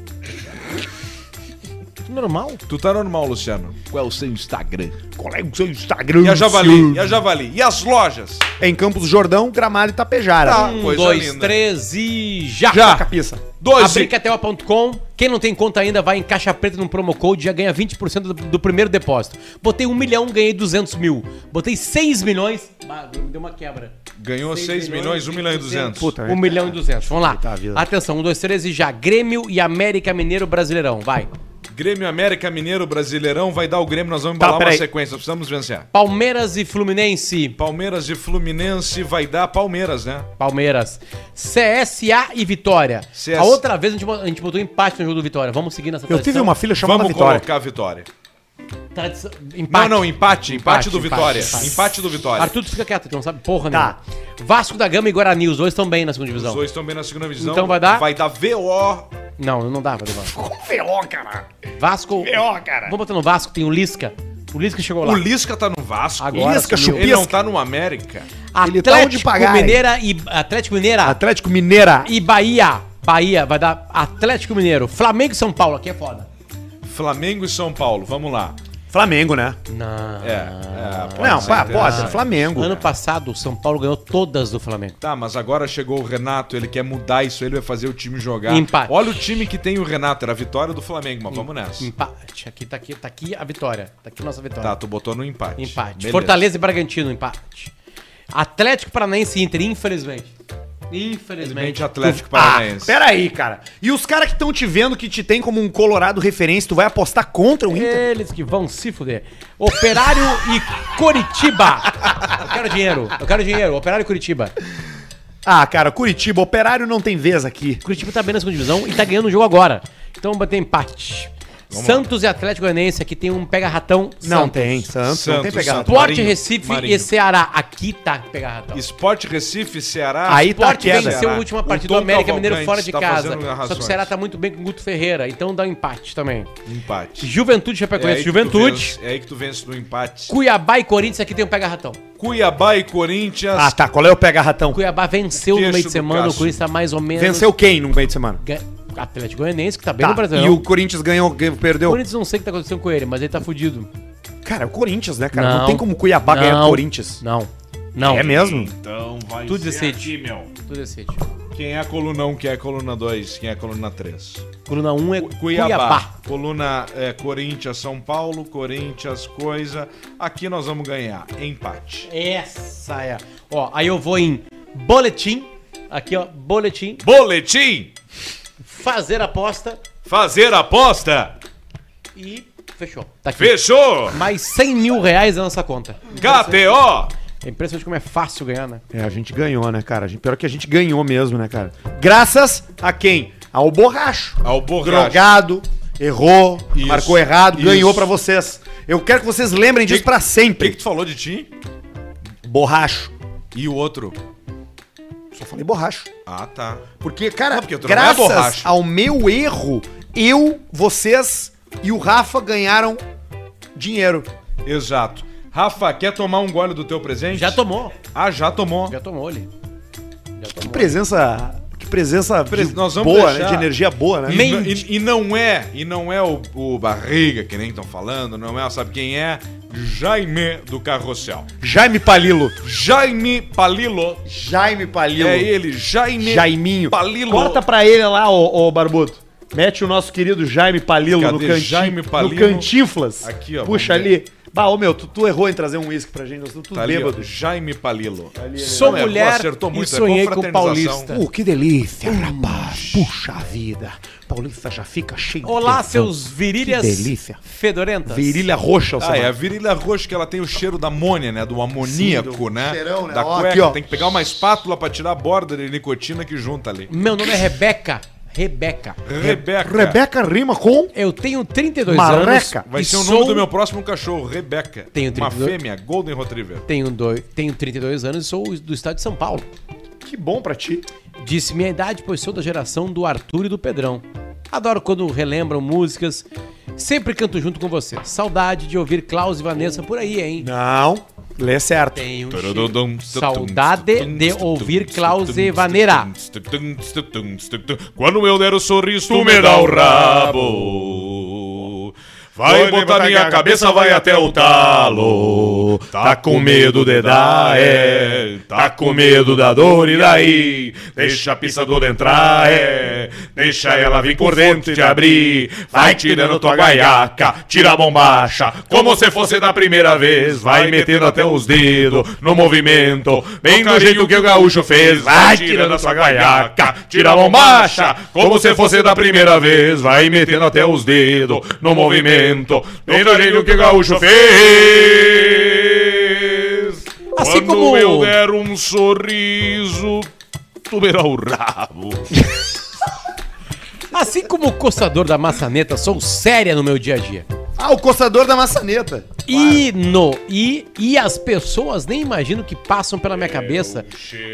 Tô normal?
Tu tá normal, Luciano. Qual é o seu Instagram?
Qual é o seu Instagram?
E a Javali, e a Javali, e as lojas?
Em Campos do Jordão, Gramado e Hum, Tapejara.
Tá.
Um,
Coisa
dois,
linda.
três e já!
Já. Capiça.
Doze.
Abricateua.com. Quem não tem conta ainda, vai em caixa preta no promo code e já ganha 20% do, do primeiro depósito. Botei um milhão, ganhei 200 mil. Botei 6 milhões. Ah, deu uma quebra.
Ganhou
Seis
6 milhões, 1 milhão e 200.
Puta,
1 milhão e 200. Vamos lá.
Tá, vida.
Atenção, 1, 2, 3 e já. Grêmio e América Mineiro Brasileirão. Vai.
Grêmio América Mineiro Brasileirão vai dar o Grêmio, nós
Tá,
vamos embalar uma
peraí.
sequência, nós precisamos vencer.
Palmeiras e Fluminense.
Palmeiras e Fluminense vai dar Palmeiras, né?
Palmeiras. CSA e Vitória.
CS.
A outra vez a gente, bo- a gente botou empate no jogo do Vitória. Vamos seguir nessa
Eu tive uma filha chamada
Vamos
Vitória.
colocar a vitória.
Tradição-
Não,
Então Empate.
não, empate, empate,
Empate,
do
empate,
Vitória.
empate.
Empate, do Vitória.
Arthur, tu fica quieto, tu não sabe porra
Tá.
nenhuma. Vasco da Gama e Guarani, os dois estão bem na segunda divisão.
Os dois estão bem na segunda divisão.
Então vai dar?
Vai dar VO.
Não, não dá pra levar.
Ferrou, cara.
Vasco.
Ferrou, cara.
Vamos botar no Vasco, tem o Lisca. O Lisca chegou lá.
O Lisca tá no Vasco.
Agora
Lisca,
sumiu.
Ele não tá no América.
ele tá onde pagar, hein?
Mineira e Atlético Mineira
Atlético Mineira.
e Bahia. Bahia vai dar Atlético Mineiro, Flamengo e São Paulo, aqui é foda.
Flamengo e São Paulo, vamos lá.
Flamengo, né?
Não.
É.
Ah.
é, pode
não,
ser
pá,
interessante.
pode. Flamengo.
Ano passado, o São Paulo ganhou todas do Flamengo.
Tá, mas agora chegou o Renato, ele quer mudar isso, ele vai fazer o time jogar.
Empate.
Olha o time que tem o Renato, era a vitória do Flamengo, mas vamos nessa.
Empate. Aqui tá aqui, tá aqui a vitória. Tá aqui nossa vitória.
Tá, tu botou no empate.
Empate.
Beleza.
Fortaleza e Bragantino, empate. Atlético Paranaense e Inter, infelizmente.
Infelizmente,
Infelizmente.
Atlético
Ah,
Paranaense.
peraí, cara. E os caras que estão te vendo, que te tem como um colorado referência, tu vai apostar contra o Inter?
Eles que vão se fuder. Operário e Curitiba. Eu quero dinheiro. Eu quero dinheiro. Operário e Curitiba.
Ah, cara, Curitiba, operário não tem vez aqui.
Curitiba tá bem na segunda divisão e tá ganhando o jogo agora. Então vamos bater empate. Santos e Atlético Goianiense, aqui tem um pega-ratão.
Não
Santos.
tem, Santos, não tem
Santos,
pegada.
Santos.
Esporte,
Marinho,
Recife
Marinho.
e Ceará. Aqui tá pega-ratão.
Esporte Recife, Ceará.
Aí tá
Sport
a queda.
venceu a
Ceará.
última
né? O
partida do
Tom
América
Cavalcante
Mineiro fora de
tá
casa.
fazendo
Só que o
narrações.
Ceará tá muito bem com o Guto Ferreira, então dá um empate também.
Empate.
Juventude, Chapecoense,
É aí que tu
Juventude.
vence- É aí que tu vence no empate.
Cuiabá e Corinthians, aqui tem um pega-ratão.
Cuiabá e Corinthians.
Ah, tá. Qual é o pega ratão?
Cuiabá venceu
Queixo
no meio de
do
semana, o
Cássio.
Corinthians tá mais ou menos...
Venceu quem no meio de semana?
Ga- Atlético Goianiense, que tá bem
Tá.
no Brasileirão.
E o Corinthians ganhou, ganhou-
O
perdeu.
Corinthians não sei o que tá acontecendo com ele, mas ele tá fudido.
Cara, é o Corinthians, né, cara? Não, tem como Cuiabá
Não.
ganhar do Corinthians.
Não, não.
É mesmo?
Então vai
Tu
ser
decide.
aqui, meu.
Tu decide.
Quem é a coluna 1, quem é a coluna 2, quem é a coluna 3?
Coluna 1 é
Cuiabá.
Cuiabá.
Coluna é, Corinthians, São Paulo, Corinthians, coisa. Aqui nós vamos ganhar. Empate.
Essa é. Ó, aí eu vou em boletim. Aqui, ó, boletim.
Boletim!
Fazer aposta
Fazer aposta!
e fechou. Tá aqui.
Fechou!
Mais 100 mil reais na nossa conta.
KTO!
É impressionante como é fácil ganhar, né?
É, a gente ganhou, né, cara? A gente, pior que a gente ganhou mesmo, né, cara? Graças a quem? Ao borracho.
Ao borracho.
Drogado, errou,
Isso,
marcou errado,
isso.
ganhou pra vocês. Eu quero que vocês lembrem disso pra
O que,
sempre.
que tu falou de ti?
Borracho.
E o outro?
Só falei borracho.
Ah, tá.
Porque, cara,
porque tu não é
graças
borracho.
ao meu erro, eu, vocês e o Rafa ganharam dinheiro.
Exato. Rafa, quer tomar um gole do teu presente?
Já tomou.
Ah, já tomou.
Já tomou ele. Já tomou.
Que presença. Que presença de
Pres- nós vamos
boa,
deixar-
né? De energia boa, né?
E,
Mente.
n- e- e não é, e não é o, o Barriga, que nem estão falando, não é, sabe quem é? Jaime do Carrossel.
Jaime Palilo.
Jaime Palilo.
Jaime Palilo.
É ele, Jaime
Jaiminho.
Palilo.
Corta pra ele lá, ô, ô Barbuto. Mete o nosso querido Jaime Palilo
Cadê
no cantinho.
Jaime Palilo?
No cantinflas.
Aqui, ó,
Puxa
vamos ver.
ali.
Bah, ô meu, tu, tu errou em trazer um uísque pra gente, nós estamos tudo
Tá ali, ó,
bêbado.
Jaime Palilo.
Sou
Não, errou,
mulher
acertou
e
muito, é
sonhei com
confraternização.
paulista.
Uh, que delícia, rapaz. Puxa vida. Paulista já fica cheio
Olá, seus virilhas
Que delícia.
fedorentas.
Virilha roxa, o
Ah, é, a virilha roxa que ela tem o cheiro da amônia, né? Do amoníaco, né?
cheirão, né?
Da
Ó,
cueca.
aqui, ó.
Tem que pegar uma espátula pra tirar a borda de nicotina que junta ali.
Meu nome é Rebeca. Rebeca.
Rebeca.
Rebeca rima com.
Eu tenho 32
Marreca.
anos.
Vai
e
ser o nome
sou...
do meu próximo cachorro, Rebeca.
Tenho
uma
32.
fêmea, Golden Retriever.
Tenho, dois, tenho 32 anos e sou do estado de São Paulo.
Que bom pra ti.
Disse minha idade, pois sou da geração do Arthur e do Pedrão. Adoro quando relembram músicas. Sempre canto junto com você. Saudade de ouvir Klaus e Vanessa por aí, hein? um
Não, lê certo.
Tenho saudade de ouvir Klaus e Vaneira.
Quando eu der o sorriso, tu me dá o rabo. Vai botar minha cabeça, vai até o talo. Tá com medo de dar, é. Tá com medo da dor, e daí? Deixa a pista toda entrar, é. Deixa ela vir por dentro e te abrir. Vai tirando tua gaiaca, tira a bombacha. Como se fosse da primeira vez. Vai metendo até os dedos no movimento. Bem do jeito que o gaúcho fez. Vai tirando a sua gaiaca, tira a bombacha. Como se fosse da primeira vez. Vai metendo até os dedos no movimento. Bem do jeito que o gaúcho fez.
Assim
Quando
como-
eu der um sorriso, tu verá o rabo.
Assim como o coçador da maçaneta, sou séria no meu dia a dia.
Ah, o coçador da maçaneta.
E no e, e as pessoas nem imaginam que passam pela minha cabeça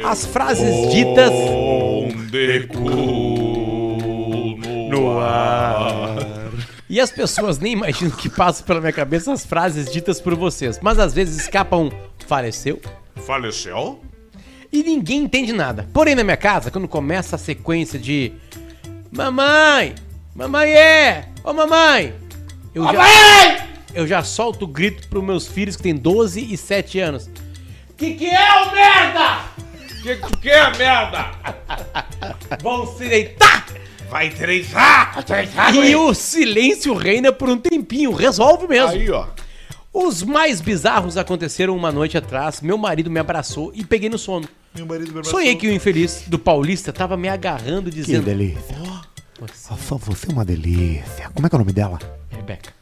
as frases ditas
Oh. Onde cu no ar.
e as pessoas nem imaginam que passam pela minha cabeça as frases ditas por vocês, mas às vezes escapam faleceu
Faleceu?
e ninguém entende nada. Porém na minha casa, quando começa a sequência de mamãe, mamãe é, ô mamãe, eu já eu já solto o grito pros meus filhos que têm 12 e 7 anos. Que que é o merda?
O que que tu quer, merda?
Vão se deitar!
Vai treinzar!
E o silêncio reina por um tempinho, resolve mesmo.
Aí, ó.
Os mais bizarros aconteceram uma noite atrás. Meu marido me abraçou e peguei no sono.
Meu marido me
Sonhei que o infeliz do paulista tava me agarrando e
Que
dizendo:
delícia. Rafa, você é uma delícia. Como é que é o nome dela?
Rebeca,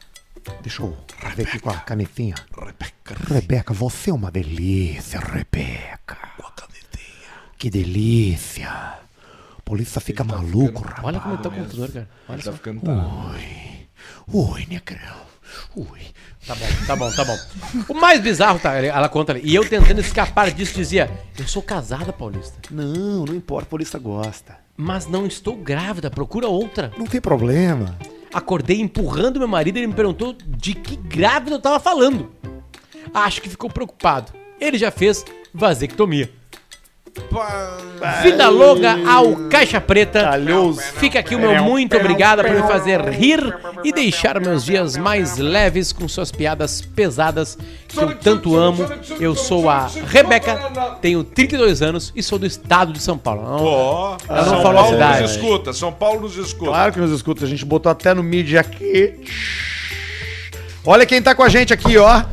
Deixa eu ver aqui com a canetinha. Rebeca. Rebeca, você é uma delícia, Rebeca. Com a canetinha. Que delícia. Polícia fica maluco, rapaz.
olha como tá o computador, cara. Olha só.
Ui, minha querida. Ui.
Tá bom, tá bom, tá bom. [laughs] O mais bizarro, tá? Ela conta ali. E eu tentando escapar disso, dizia: Eu sou casada, paulista.
Não, não importa, a polícia gosta.
Mas não estou grávida, procura outra.
Não tem problema.
Acordei empurrando meu marido e ele me perguntou de que grávida eu tava falando. Acho que ficou preocupado. Ele já fez vasectomia. Vida longa ao Caixa Preta. Fica aqui o meu muito obrigado por me fazer rir e deixar meus dias mais leves com suas piadas pesadas que eu tanto amo. Eu sou a Rebeca, tenho 32 anos e sou do estado de São Paulo. Não,
Ó,
Ela não
São
falou a
Paulo
cidade.
nos escuta, São Paulo nos escuta.
Claro que nos escuta, a gente botou até no mídia aqui. Olha quem tá com a gente aqui, ó.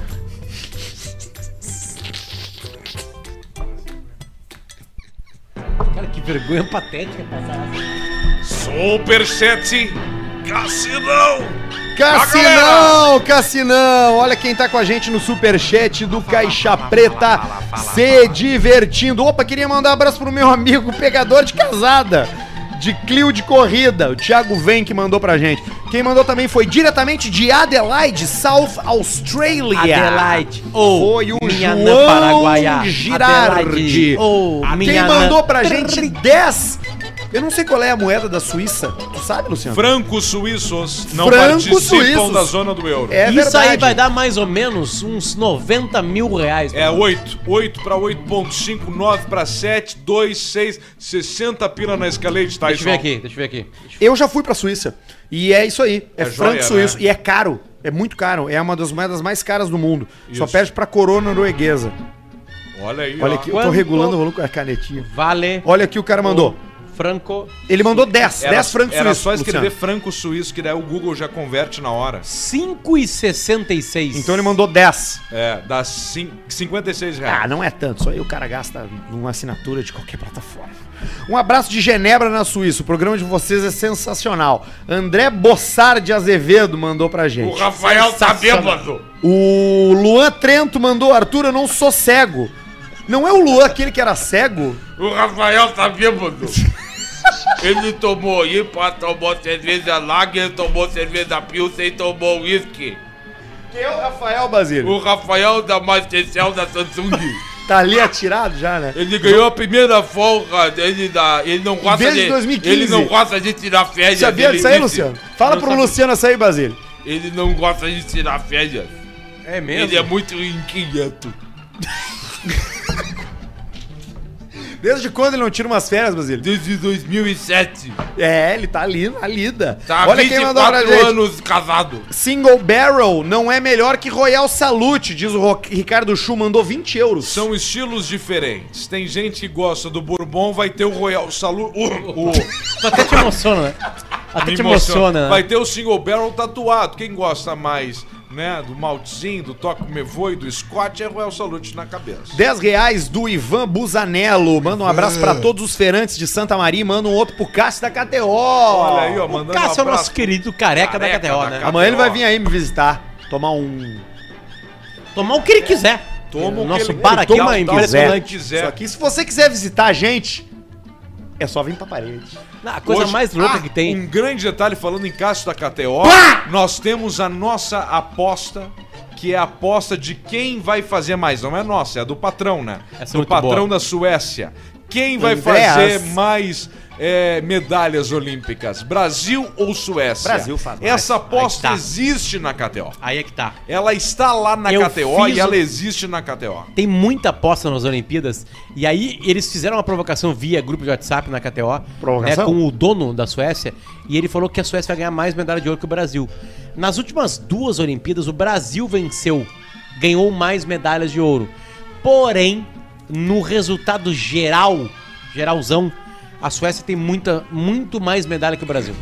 Cara, que vergonha patética passar
Superchat, Cassinão.
Cassinão, Cassinão, olha quem tá com a gente no superchat do Caixa Preta se divertindo. Opa, queria mandar um abraço pro meu amigo pegador de casada, de Clio de corrida, o Thiago Vem que mandou pra gente. Quem mandou também foi diretamente de Adelaide, South Australia.
Adelaide ou
Foi o
minha
João
Nã Paraguaia.
Girardi.
Adelaide ou
Quem
minha Nã-
mandou pra gente 10? Eu não sei qual é a moeda da Suíça. Tu sabe, Luciano?
Francos suíços não
Francos
participam
suíços.
da zona do euro.
É
Isso
verdade.
aí vai dar mais ou menos uns 90 mil reais.
É 8, 8 para 8.5, 9 para 7, 2, 6, 60 pila na escalete, tá?
Deixa eu ver
João?
aqui, deixa eu ver aqui.
Eu já fui pra Suíça. E é isso aí. É,
É joia,
franco suíço.
né?
E é caro. É muito caro. É uma das moedas mais caras do mundo. Só
Isso.
perde pra coroa norueguesa.
Olha aí,
Olha
ó.
aqui, eu
Quanto-
tô regulando o volume com a canetinha.
Vale
Olha aqui o cara mandou.
Franco.
Ele mandou 10, 10 francos
Era
suíços,
só escrever
Luciano.
franco suíço, que daí o Google já converte na hora.
5,66.
Então ele mandou 10.
É, dá cin- 56 reais.
Ah, não é tanto, só aí o cara gasta numa assinatura de qualquer plataforma. Um abraço de Genebra na Suíça. O programa de vocês é sensacional. André Bossar de Azevedo mandou pra gente.
Rafael tá bêbado.
O Luan Trento mandou, Arthur, eu não sou cego. Não é o Luan aquele que era cego?
O Rafael tá bêbado. Ele tomou IPA, tomou cerveja Lager, tomou cerveja Pilsen e tomou uísque.
Que é o Rafael Basílio.
O Rafael da Mastercell da Samsung.
Tá ali atirado já, né?
Ele ganhou a primeira folga dele da... Ele não gosta
Desde
de...
2015.
Ele não gosta de tirar férias.
Sabia
ele
disso aí,
disse.
Luciano? Fala
Não
pro
sabia.
Luciano essa aí, Basílio.
Ele não gosta de tirar férias.
É
Ele é muito inquieto.
Desde quando ele não tira umas férias, Basílio?
Desde 2007.
É, ele tá ali na lida.
Tá há
Olha quem mandou pra
24
gente.
anos casado.
Single Barrel não é melhor que Royal Salute, diz o Ro- Ricardo Chu, mandou 20 euros.
São estilos diferentes. Tem gente que gosta do Bourbon, vai ter o Royal Salu. O, o-
Tu até te emociona, né? Até
me
te emociona.
Vai
né?
ter o Single Barrel tatuado. Quem gosta mais, né, do maltezinho, do Toque Mevoi, do Scott, é Royal Salute na cabeça.
10 reais do Ivan Busanello. Manda um abraço pra todos os feirantes de Santa Maria e manda um outro pro Cássio da KTO.
Olha aí, ó,
O
mandando
Cássio é
um
o nosso
abraço.
querido careca,
Careca
da KTO,
da
né?
KTO.
Amanhã ele vai vir aí me visitar, tomar um.
Tomar o que ele quiser.
Toma o que
nosso
ele-
bar aqui é
toma
um
uma
o que
impressionante.
quiser.
Só que se você quiser visitar a gente, é só vir pra parede.
Não, A coisa
Hoje-
mais louca
Ah,
que tem.
Um grande detalhe falando em Cássio da KTO, nós temos a nossa aposta, que é a aposta de quem vai fazer mais. Não é nossa, é a do patrão, né?
Essa é
do
muito
patrão
boa.
da Suécia. Quem vai
Andréas.
fazer mais é, medalhas olímpicas? Brasil ou Suécia?
Brasil faz mais.
Essa aposta
Aí tá.
existe na KTO.
Aí é que tá.
Ela está lá na
Eu
KTO
fiz o-
e ela existe na KTO.
Tem muita aposta nas Olimpíadas. E aí eles fizeram uma provocação via grupo de WhatsApp na KTO.
Provocação?
né, com o dono da Suécia. E ele falou que a Suécia vai ganhar mais medalha de ouro que o Brasil. Nas últimas duas Olimpíadas, o Brasil venceu. Ganhou mais medalhas de ouro. Porém, no resultado geral, geralzão, a Suécia tem muita, muito mais medalha que o Brasil.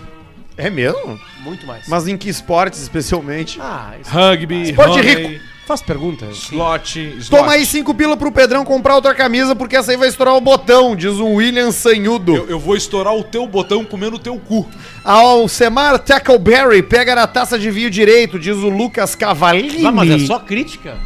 É mesmo?
Muito mais.
Mas em que esportes especialmente?
Ah, isso...
Rugby,
Esporte
vôlei,
faz pergunta.
slot,
Toma aí
slot.
cinco pila pro Pedrão comprar outra camisa, porque essa aí vai estourar o botão, diz um William Sanhudo.
Eu, eu vou estourar o teu botão comendo o teu cu.
Alcemar Tackleberry pega na taça de vinho direito, diz o Lucas Cavalini.
Ah, mas é só crítica?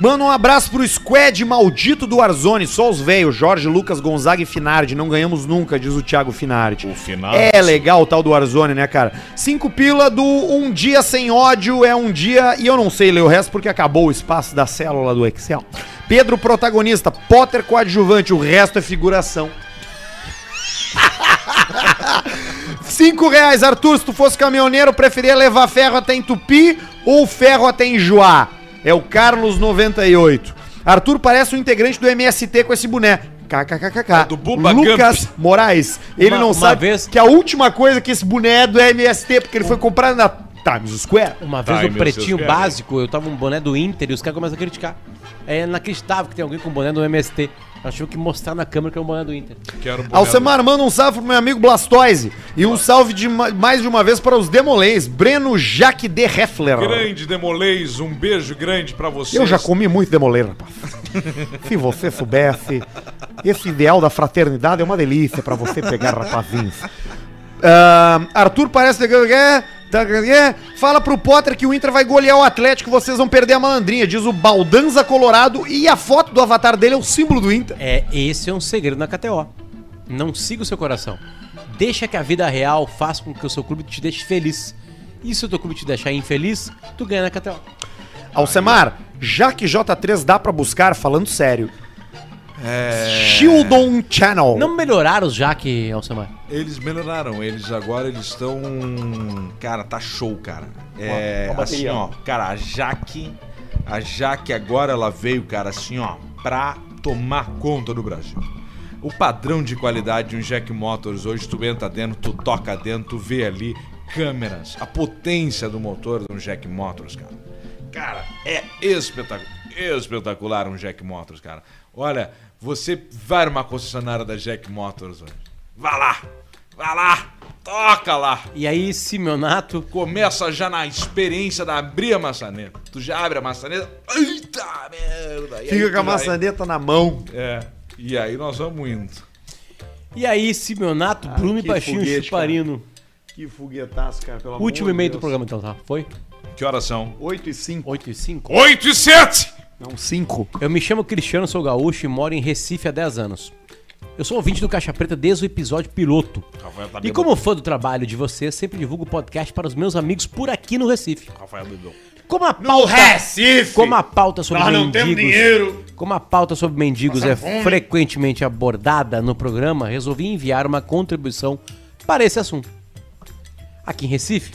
Manda um abraço pro squad maldito do Arzoni, só os velhos, Jorge, Lucas, Gonzaga e Finardi. Não ganhamos nunca, diz o Thiago Finardi. O Finardi. É legal o tal do Arzoni, né, cara? Cinco pila do Um Dia Sem Ódio é um dia, e eu não sei ler o resto porque acabou o espaço da célula do Excel. Pedro, protagonista, Potter, coadjuvante, o resto é figuração. [laughs] Cinco reais, Arthur, se tu fosse caminhoneiro, preferia levar ferro até entupir ou ferro até enjoar? É o Carlos 98. Arthur parece um integrante do MST com esse boné. KKKKK.
É
do Bubba
Lucas Moraes. Ele
Uma-
não
uma
sabe
vez-
que a última coisa que esse boné é do MST, porque ele foi comprar na Times Square.
Uma vez
Ai,
no
meu
pretinho
Deus, cara.
básico, eu tava um boné do Inter e os caras começam a criticar. É inacreditável que tem alguém com um boné do MST. Nós tivemos que mostrar na câmera que é um boné do Inter.
Quero boneco.
Alcemar, manda um salve pro meu amigo Blastoise. E um salve de ma- mais de uma vez para os Demolês. Breno Jaque de Heffler.
Grande Demolês, um beijo grande pra vocês.
Eu já comi muito demoler, rapaz. Se você soubesse, esse ideal da fraternidade é uma delícia pra você pegar rapazinhos. Ah, Arthur parece que- é, tá- é. Fala pro Potter que o Inter vai golear o Atlético, vocês vão perder a malandrinha, diz o Baldanza Colorado e a foto do avatar dele é o símbolo do Inter.
É, esse é um segredo na KTO. Não siga o seu coração. Deixa que a vida real faça com que o seu clube te deixe feliz. E se o teu clube te deixar infeliz, tu ganha na KTO.
Alcemar, já que J3 dá pra buscar, falando sério. Shieldon Channel.
Não melhoraram os Jaque, Alcemar.
Eles melhoraram, eles agora eles estão. Cara, tá show, cara. É. assim, ó, cara, a Jaque. A Jaque agora ela veio, cara, assim, ó, pra tomar conta do Brasil. O padrão de qualidade de um Jack Motors hoje, tu entra dentro, tu toca dentro, tu vê ali câmeras, a potência do motor de um Jack Motors, cara. Cara, é espetacular. Espetacular um Jack Motors, cara. Olha, você vai numa concessionária da Jack Motors hoje. Vá lá, vá lá, toca lá.
E aí, Simeonato.
Começa já na experiência da abrir a maçaneta. Tu já abre a maçaneta. Eita merda! E aí
Fica
tu
com a
vai-
maçaneta na mão.
É. E aí nós vamos indo.
E aí, Simeonato, Bruno e
que
Baixinho
foguete,
Chuparino.
Que foguetaço, cara, pelo
Último
amor de
e-mail do
Deus.
programa, então, tá? Foi?
Que horas são?
8 e 5.
8 e 5?
8 e 7!
Não, 5.
Eu me chamo Cristiano, sou gaúcho e moro em Recife há 10 anos. Eu sou ouvinte do Caixa Preta desde o episódio piloto.
Rafael tá
E
bebendo.
como fã do trabalho de vocês, sempre divulgo o podcast para os meus amigos por aqui no Recife.
Rafael bebeu.
Como a pauta,
Recife!
como a pauta sobre
Nós não
mendigos,
temos dinheiro.
como a pauta sobre mendigos é frequentemente abordada no programa, resolvi enviar uma contribuição para esse assunto. Aqui em Recife,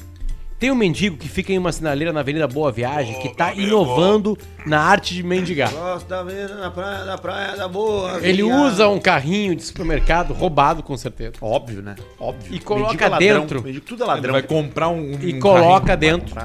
tem um mendigo que fica em uma sinaleira na Avenida Boa Viagem que está inovando na arte de mendigar.
Gosta mesmo na praia, da praia da boa.
Ele usa um carrinho de supermercado roubado, com certeza.
Óbvio, né? Óbvio.
E coloca
Mendigo é ladrão.
dentro.
Mendigo Tudo é
Ele
ladrão.
vai comprar um. um
E coloca
carrinho.
dentro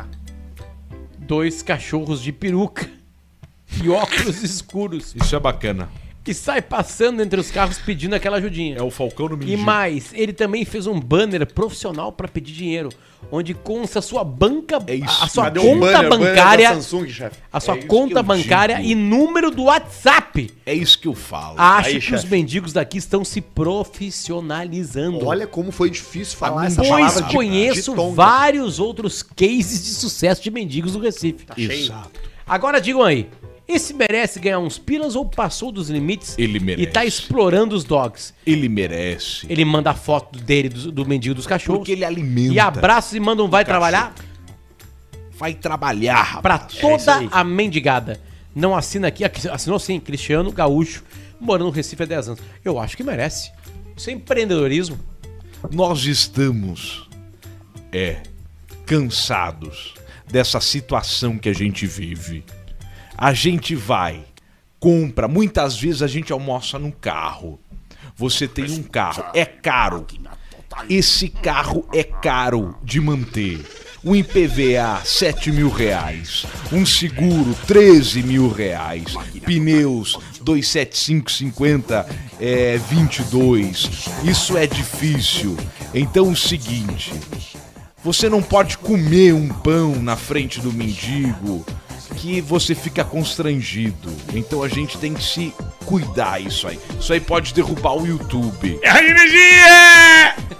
dois cachorros de peruca [laughs] e óculos escuros
Isso é bacana.
que sai passando entre os carros pedindo aquela ajudinha.
É o Falcão no
E
Mendigo.
mais, ele também fez um banner profissional para pedir dinheiro, onde consta a sua banca, a sua
Cadê o
conta
banner? O banner da
bancária,
Samsung, chefe.
a sua
É isso que
conta
eu
bancária
digo.
e número do WhatsApp.
É isso que eu falo.
Acho
Aí,
que os
chefe.
mendigos daqui estão se profissionalizando.
Olha como foi difícil falar essa
Pois
palavra de-
conheço
de tonga.
vários outros cases de sucesso de mendigos do Recife.
Tá
Exato.
Agora digam aí, esse merece ganhar uns pilas ou passou dos limites
Ele
e
merece.
tá explorando os dogs?
Ele merece.
Ele manda a foto dele, do, do mendigo dos cachorros,
Porque ele é alimenta.
e abraça e manda um vai trabalhar
Vai trabalhar, rapaz.
pra
É
toda a mendigada. Não assina aqui, aqui- assinou sim, Cristiano Gaúcho, morando no Recife há 10 anos. Eu acho que merece. Isso é empreendedorismo.
Nós estamos é cansados dessa situação que a gente vive. A gente vai, compra, muitas vezes a gente almoça num carro. Você tem um carro, é caro. Esse carro é caro de manter. Um IPVA, 7 mil reais. Um seguro, 13 mil reais. Pneus, 275,50, é 22. Isso é difícil. Então, o seguinte: você não pode comer um pão na frente do mendigo que você fica constrangido. Então, a gente tem que se cuidar isso aí. Isso aí pode derrubar o YouTube.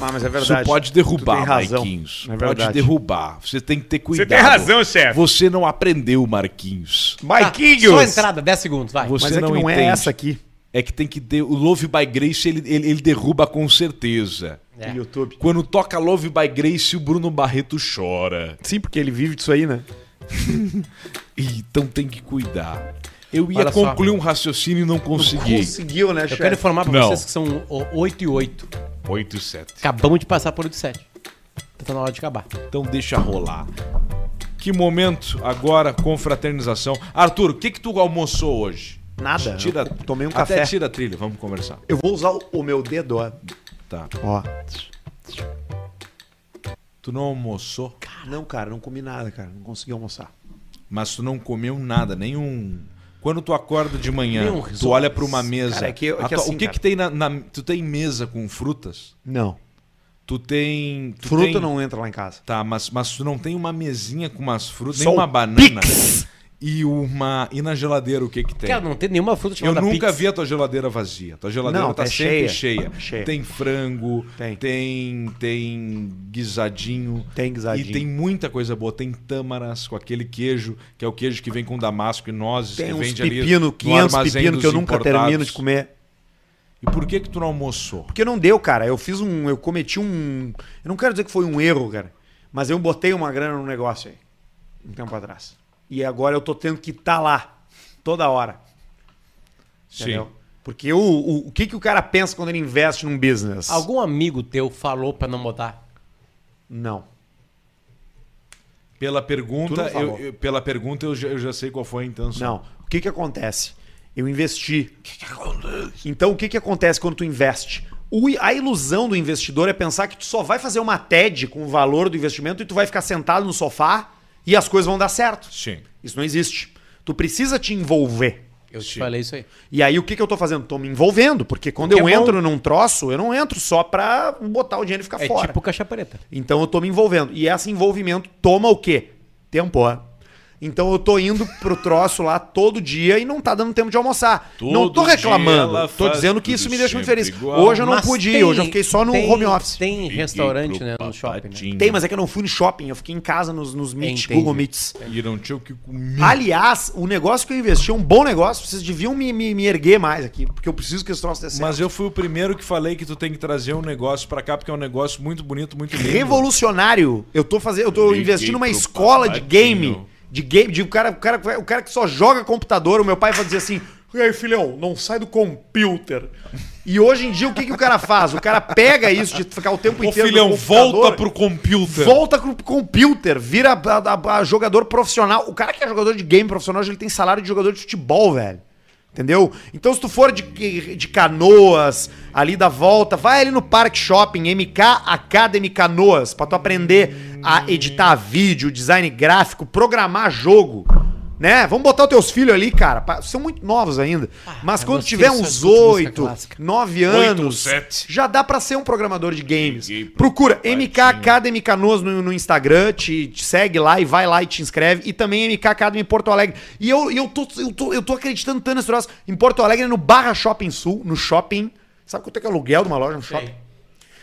Ah, mas é
Isso
verdade.
pode
Tu
derrubar,
tem razão.
Marquinhos.
É
pode
verdade.
derrubar. Você tem que ter cuidado.
tem razão, chefe.
Você não aprendeu, Marquinhos.
Tá, só entrada, 10 segundos, vai.
Você
Mas é que não é
entende.
essa aqui.
É que tem que ter. O Love by Grace ele, ele, ele derruba com certeza.
É.
YouTube.
Quando toca Love by Grace, o Bruno Barreto chora.
Sim, porque ele vive disso aí, né?
Ih, Então tem que cuidar. Eu ia
Olha só.
concluir um raciocínio e não consegui.
Conseguiu, né,
Eu quero informar pra
Não.
vocês que são o- 8 e 8.
8 e 7.
Acabamos de passar por 8 e 7. Tá na hora de acabar.
Então deixa rolar. Que momento agora, confraternização. Arthur, o que, que tu almoçou hoje?
Nada.
Tira,
Eu tomei um
até
café.
tira a trilha, vamos conversar.
Eu vou usar o- o meu dedo, ó. Ah,
Tá.
Ó.
Tu não almoçou,
Não, cara, não comi nada, cara. Não consegui almoçar.
mas tu não comeu nada, nenhum. Quando tu acorda de manhã,
Nenhum
tu
risoto.
olha pra uma mesa.
Cara, é que- é
a
que
tua-
assim,
o que
cara.
que tem na, na- Tu tem mesa com frutas?
Não.
Tu tem. Tu
Fruta
tem-
não entra lá em casa.
Tá, mas, mas tu não tem uma mesinha com umas frutas,
Só
nem uma
o
banana. né? E uma. E na geladeira, o que que tem?
Cara, não tem nenhuma fruta
Eu
chamada
nunca
Pix.
vi a tua geladeira vazia. Tua geladeira
Não,
tá
tá
sempre cheia.
cheia. Cheia.
Tem frango, tem.
Tem.
tem guisadinho.
Tem guisadinho.
E tem muita coisa boa. Tem tâmaras com aquele queijo, que é o queijo que vem com damasco e nozes.
Tem
que
uns
vende ali
pepino,
no
500
armazém
pepino que eu
dos
nunca
importados.
termino de comer.
E por que que tu não almoçou?
Porque não deu, cara. Eu fiz um. Eu cometi um. Eu não quero dizer que foi um erro, cara. Mas eu botei uma grana no negócio aí. Um tempo atrás. E agora eu tô tendo que estar lá. Toda hora. Entendeu? Porque o, o, o que, que o cara pensa quando ele investe num business?
Algum amigo teu falou pra não botar?
Não.
Pela
Tu
pergunta,
não
eu,
falou.
eu- pela pergunta eu, já, eu já sei qual foi a intenção.
Não. O que que acontece? Eu investi. Então, o que que acontece quando tu investe? O i- a ilusão do investidor é pensar que tu só vai fazer uma TED com o valor do investimento e tu vai ficar sentado no sofá e as coisas vão dar certo.
Sim.
Isso não existe. Tu precisa te envolver.
Eu te falei isso aí.
E aí o que, que eu tô fazendo? Tô me envolvendo, porque quando eu entro num troço, eu não entro só pra botar o dinheiro e ficar
É
fora.
tipo caixa preta.
Então eu tô me envolvendo. E esse envolvimento toma o quê? Tempo. ó. Então eu tô indo pro troço lá todo dia e não tá dando tempo de almoçar.
Todo
não tô
dia
reclamando.
ela
Tô
faz
dizendo que
tudo
isso me deixa muito
sempre
feliz.
igual.
Hoje eu não
Mas
pude ir,
tem-
hoje eu fiquei só no
tem-
home office. Tem,
Tem restaurante, né? No shopping. né?
Tem,
mas é que eu não fui no shopping, eu fiquei em casa nos, nos Meet,
Entendi.
Google Meets.
E não tinha o que comer.
Aliás, o negócio que eu investi é um bom negócio, vocês deviam me, me, me erguer mais aqui, porque eu preciso que esse troço dê certo.
Mas eu fui o primeiro que falei que tu tem que trazer um negócio pra cá, porque é um negócio muito bonito, muito lindo.
revolucionário. Eu tô fazendo, eu tô
Liguei
investindo numa
pro
escola de game,
Papatinho.
de game, de o cara, o cara, o cara que só joga computador, o meu pai vai dizer assim: "E aí, filhão, não sai do computer". E hoje em dia o que, que o cara faz? O cara pega isso de ficar o tempo
Ô
inteiro
filhão,
no computador,
volta pro computer.
volta pro computer, vira a- a- a jogador profissional. O cara que é jogador de game profissional, hoje ele tem salário de jogador de futebol, velho. Entendeu? Então, se tu for de, de canoas, ali da volta, vai ali no Park Shopping, MK Academy Canoas, pra tu aprender a editar vídeo, design gráfico, programar jogo. Né? Vamos botar os teus filhos ali, cara. pra- São muito novos ainda. Mas
Ah, eu
quando
gostei,
tiver
só
uns
escuto música
oito,
clássica.
nove
ou
anos,
sete.
já dá pra ser um programador de games.
Liguei pro
Procura
Papatinho.
MK Academy Canoas no, no Instagram, te, te segue lá e vai lá e te inscreve. E também MK Academy Porto Alegre. E eu, e eu, tô, eu, tô, eu tô acreditando tanto nesse troço. Em Porto Alegre, no Barra Shopping Sul, no shopping. Sabe quanto é que é o aluguel de uma loja no shopping?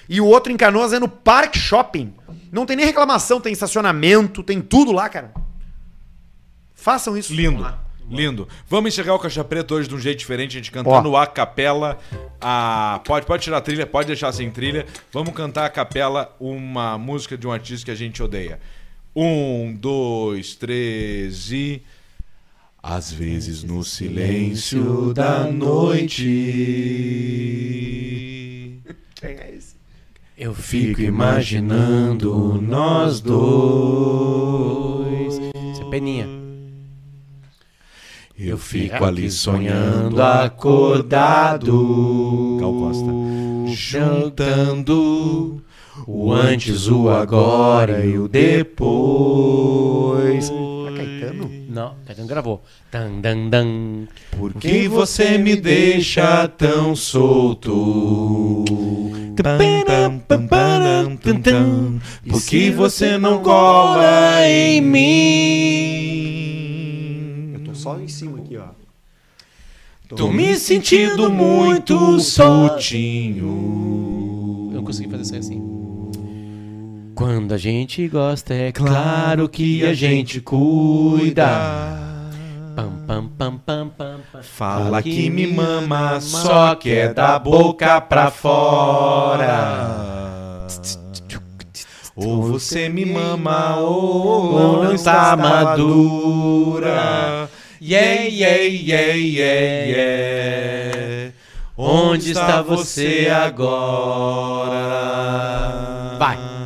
E o outro em Canoas é no Park Shopping. Não tem nem reclamação, tem estacionamento, tem tudo lá, cara. Façam isso.
Lindo. Lindo. Vamos encerrar o Caixa Preta hoje de um jeito diferente, a gente cantando a capela. A... Pode, pode tirar a trilha, pode deixar sem trilha. Vamos cantar a capela uma música de um artista que a gente odeia. Um, dois, três e. Às vezes no silêncio da noite.
Eu
Fico imaginando nós dois.
Isso é peninha.
Eu
É.
fico ali sonhando
Ando acordado,
Gal Costa.
juntando o antes, o agora e o depois.
Caetano?
Não, Caetano gravou. Dan, dan, dan.
Por que você me deixa tão solto? Por que você não cola em mim?
Eu tô só em cima aqui, ó.
Tô me sentindo muito soltinho.
Eu não consegui fazer isso aí assim. Quando a gente gosta, é claro que a gente cuida. Pam, pam, pam, pam, pam, pam.
Fala que me mama, só que é da boca pra fora. Ou você me mama ou não está madura. Yeah, yeah, yeah, yeah, yeah. Onde está você agora?
Vai.